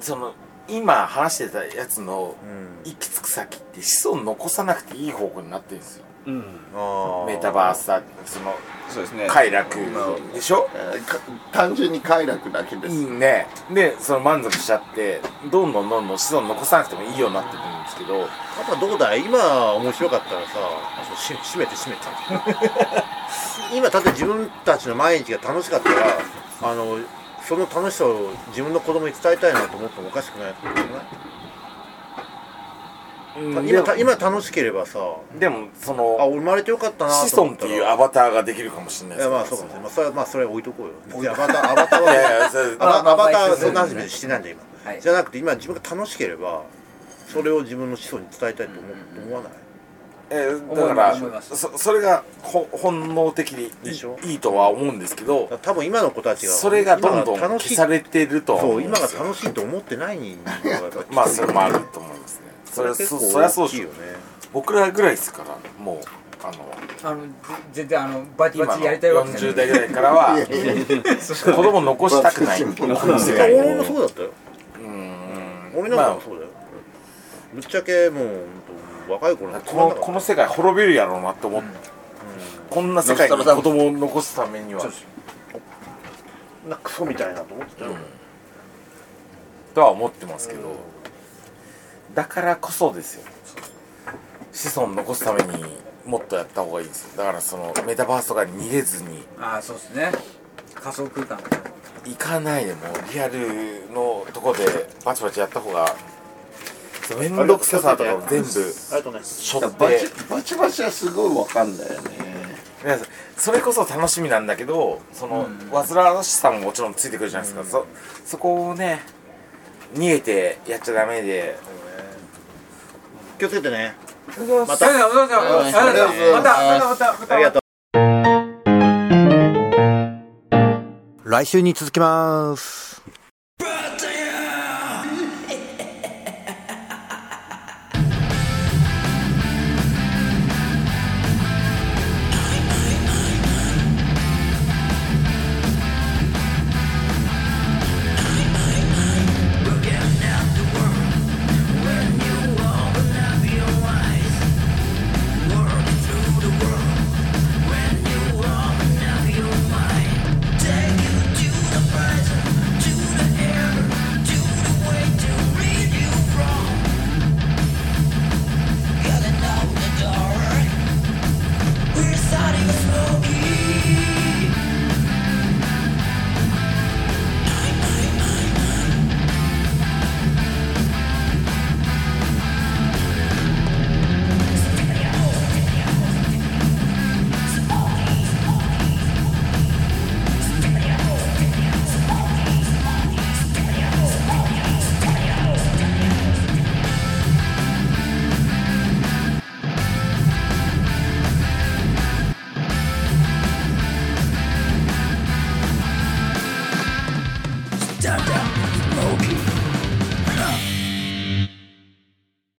C: その今話してたやつの
F: うん
C: 行き着く先って子孫残さなくていい方向になってるんですよ
E: うん
F: あ
C: メタバースだその
E: そうですね
C: 快楽
E: うん
C: でしょ
B: えーか単純に快楽だけです、
C: いいねでその満足しちゃってどんどんどんどん子孫残さなくてもいいようになってくるんですけど
F: パパどうだい今面白かったらさそうし閉めて閉めて *laughs* 今だって自分たちの毎日が楽しかったらあのその楽しさを自分の子供に伝えたいなと思ってもおかしくないと思うね今た今楽しければさあ
C: でもその
F: 生まれてよかったな
C: 子
F: と
C: 孫
F: 思
C: っ
F: った
C: て
F: ら
C: いうアバターができるかもしれない
F: い
C: で
F: や
C: す
F: まあそうかもしれないまあそれはまあそれは置いとこうよいやアバターアバター
C: いやい
F: は
C: やそれ
F: ア
D: まあま
F: バ
D: あ
F: アバター
D: まあ
F: はそんな話してないんだよ今、
D: はい
F: じゃなくて今自分が楽しければそれを自分の子孫に伝えたいと思,、う思わない
C: えー
D: 思い
C: だか
D: ま
C: ら
D: す思います
C: そそれがほ本能的でい
F: でしょ
C: いいいとは思うんですけど
F: だから多分今の子たちが
C: それがどんどん
F: 今が
C: 消
F: 楽しい
C: されてるとは思
F: そう
C: うん
F: 今
C: で
F: が
C: すよ
F: 楽しいと思ってない人間がやっぱ
C: まあそれもあると思いますねそれはそそりゃ
F: 結構大
C: そうで
F: きい
C: し
F: よ
C: ょ
F: ね
C: 僕らぐらいですからもうあの
D: あのぜ全然あのバチ
C: 今
D: バ
C: の
D: チやりたいわけじゃ
C: 40
D: ない
C: 代ぐらいからはい
B: やいや
C: *laughs* 子供残したくない
B: 私も
C: 世
F: い
C: 界
F: や
C: に
F: 俺もそうだったよ
C: うん
F: 俺なんか
C: ま
F: もそうだよ、ぶっちゃけもう本当若い頃
C: あ
F: の
C: このこの世界滅びるやろうなって思って、こんな世界に子供を残すためには
F: なクソみたいなと思ってたよ、
C: とは思ってますけどだからこそですよ子孫残すためにもっとやった方がいいですよだからそのメタバースとかに逃げずに
D: ああそうですね仮想空間
C: 行かないでもリアルのとこでバチバチやった方がその面倒くささとかを全部
F: ありがとうね
C: しょ
B: バ
C: って
B: チバチバチはすごいわかんないよね
C: いやそれこそ楽しみなんだけどその、煩わしさももちろんついてくるじゃないですか、そそこをね逃げてやっちゃダメで
F: 気をつけてね
D: また、また、また、また、また、ま
F: あ
D: た
F: り、がとう来週に続きます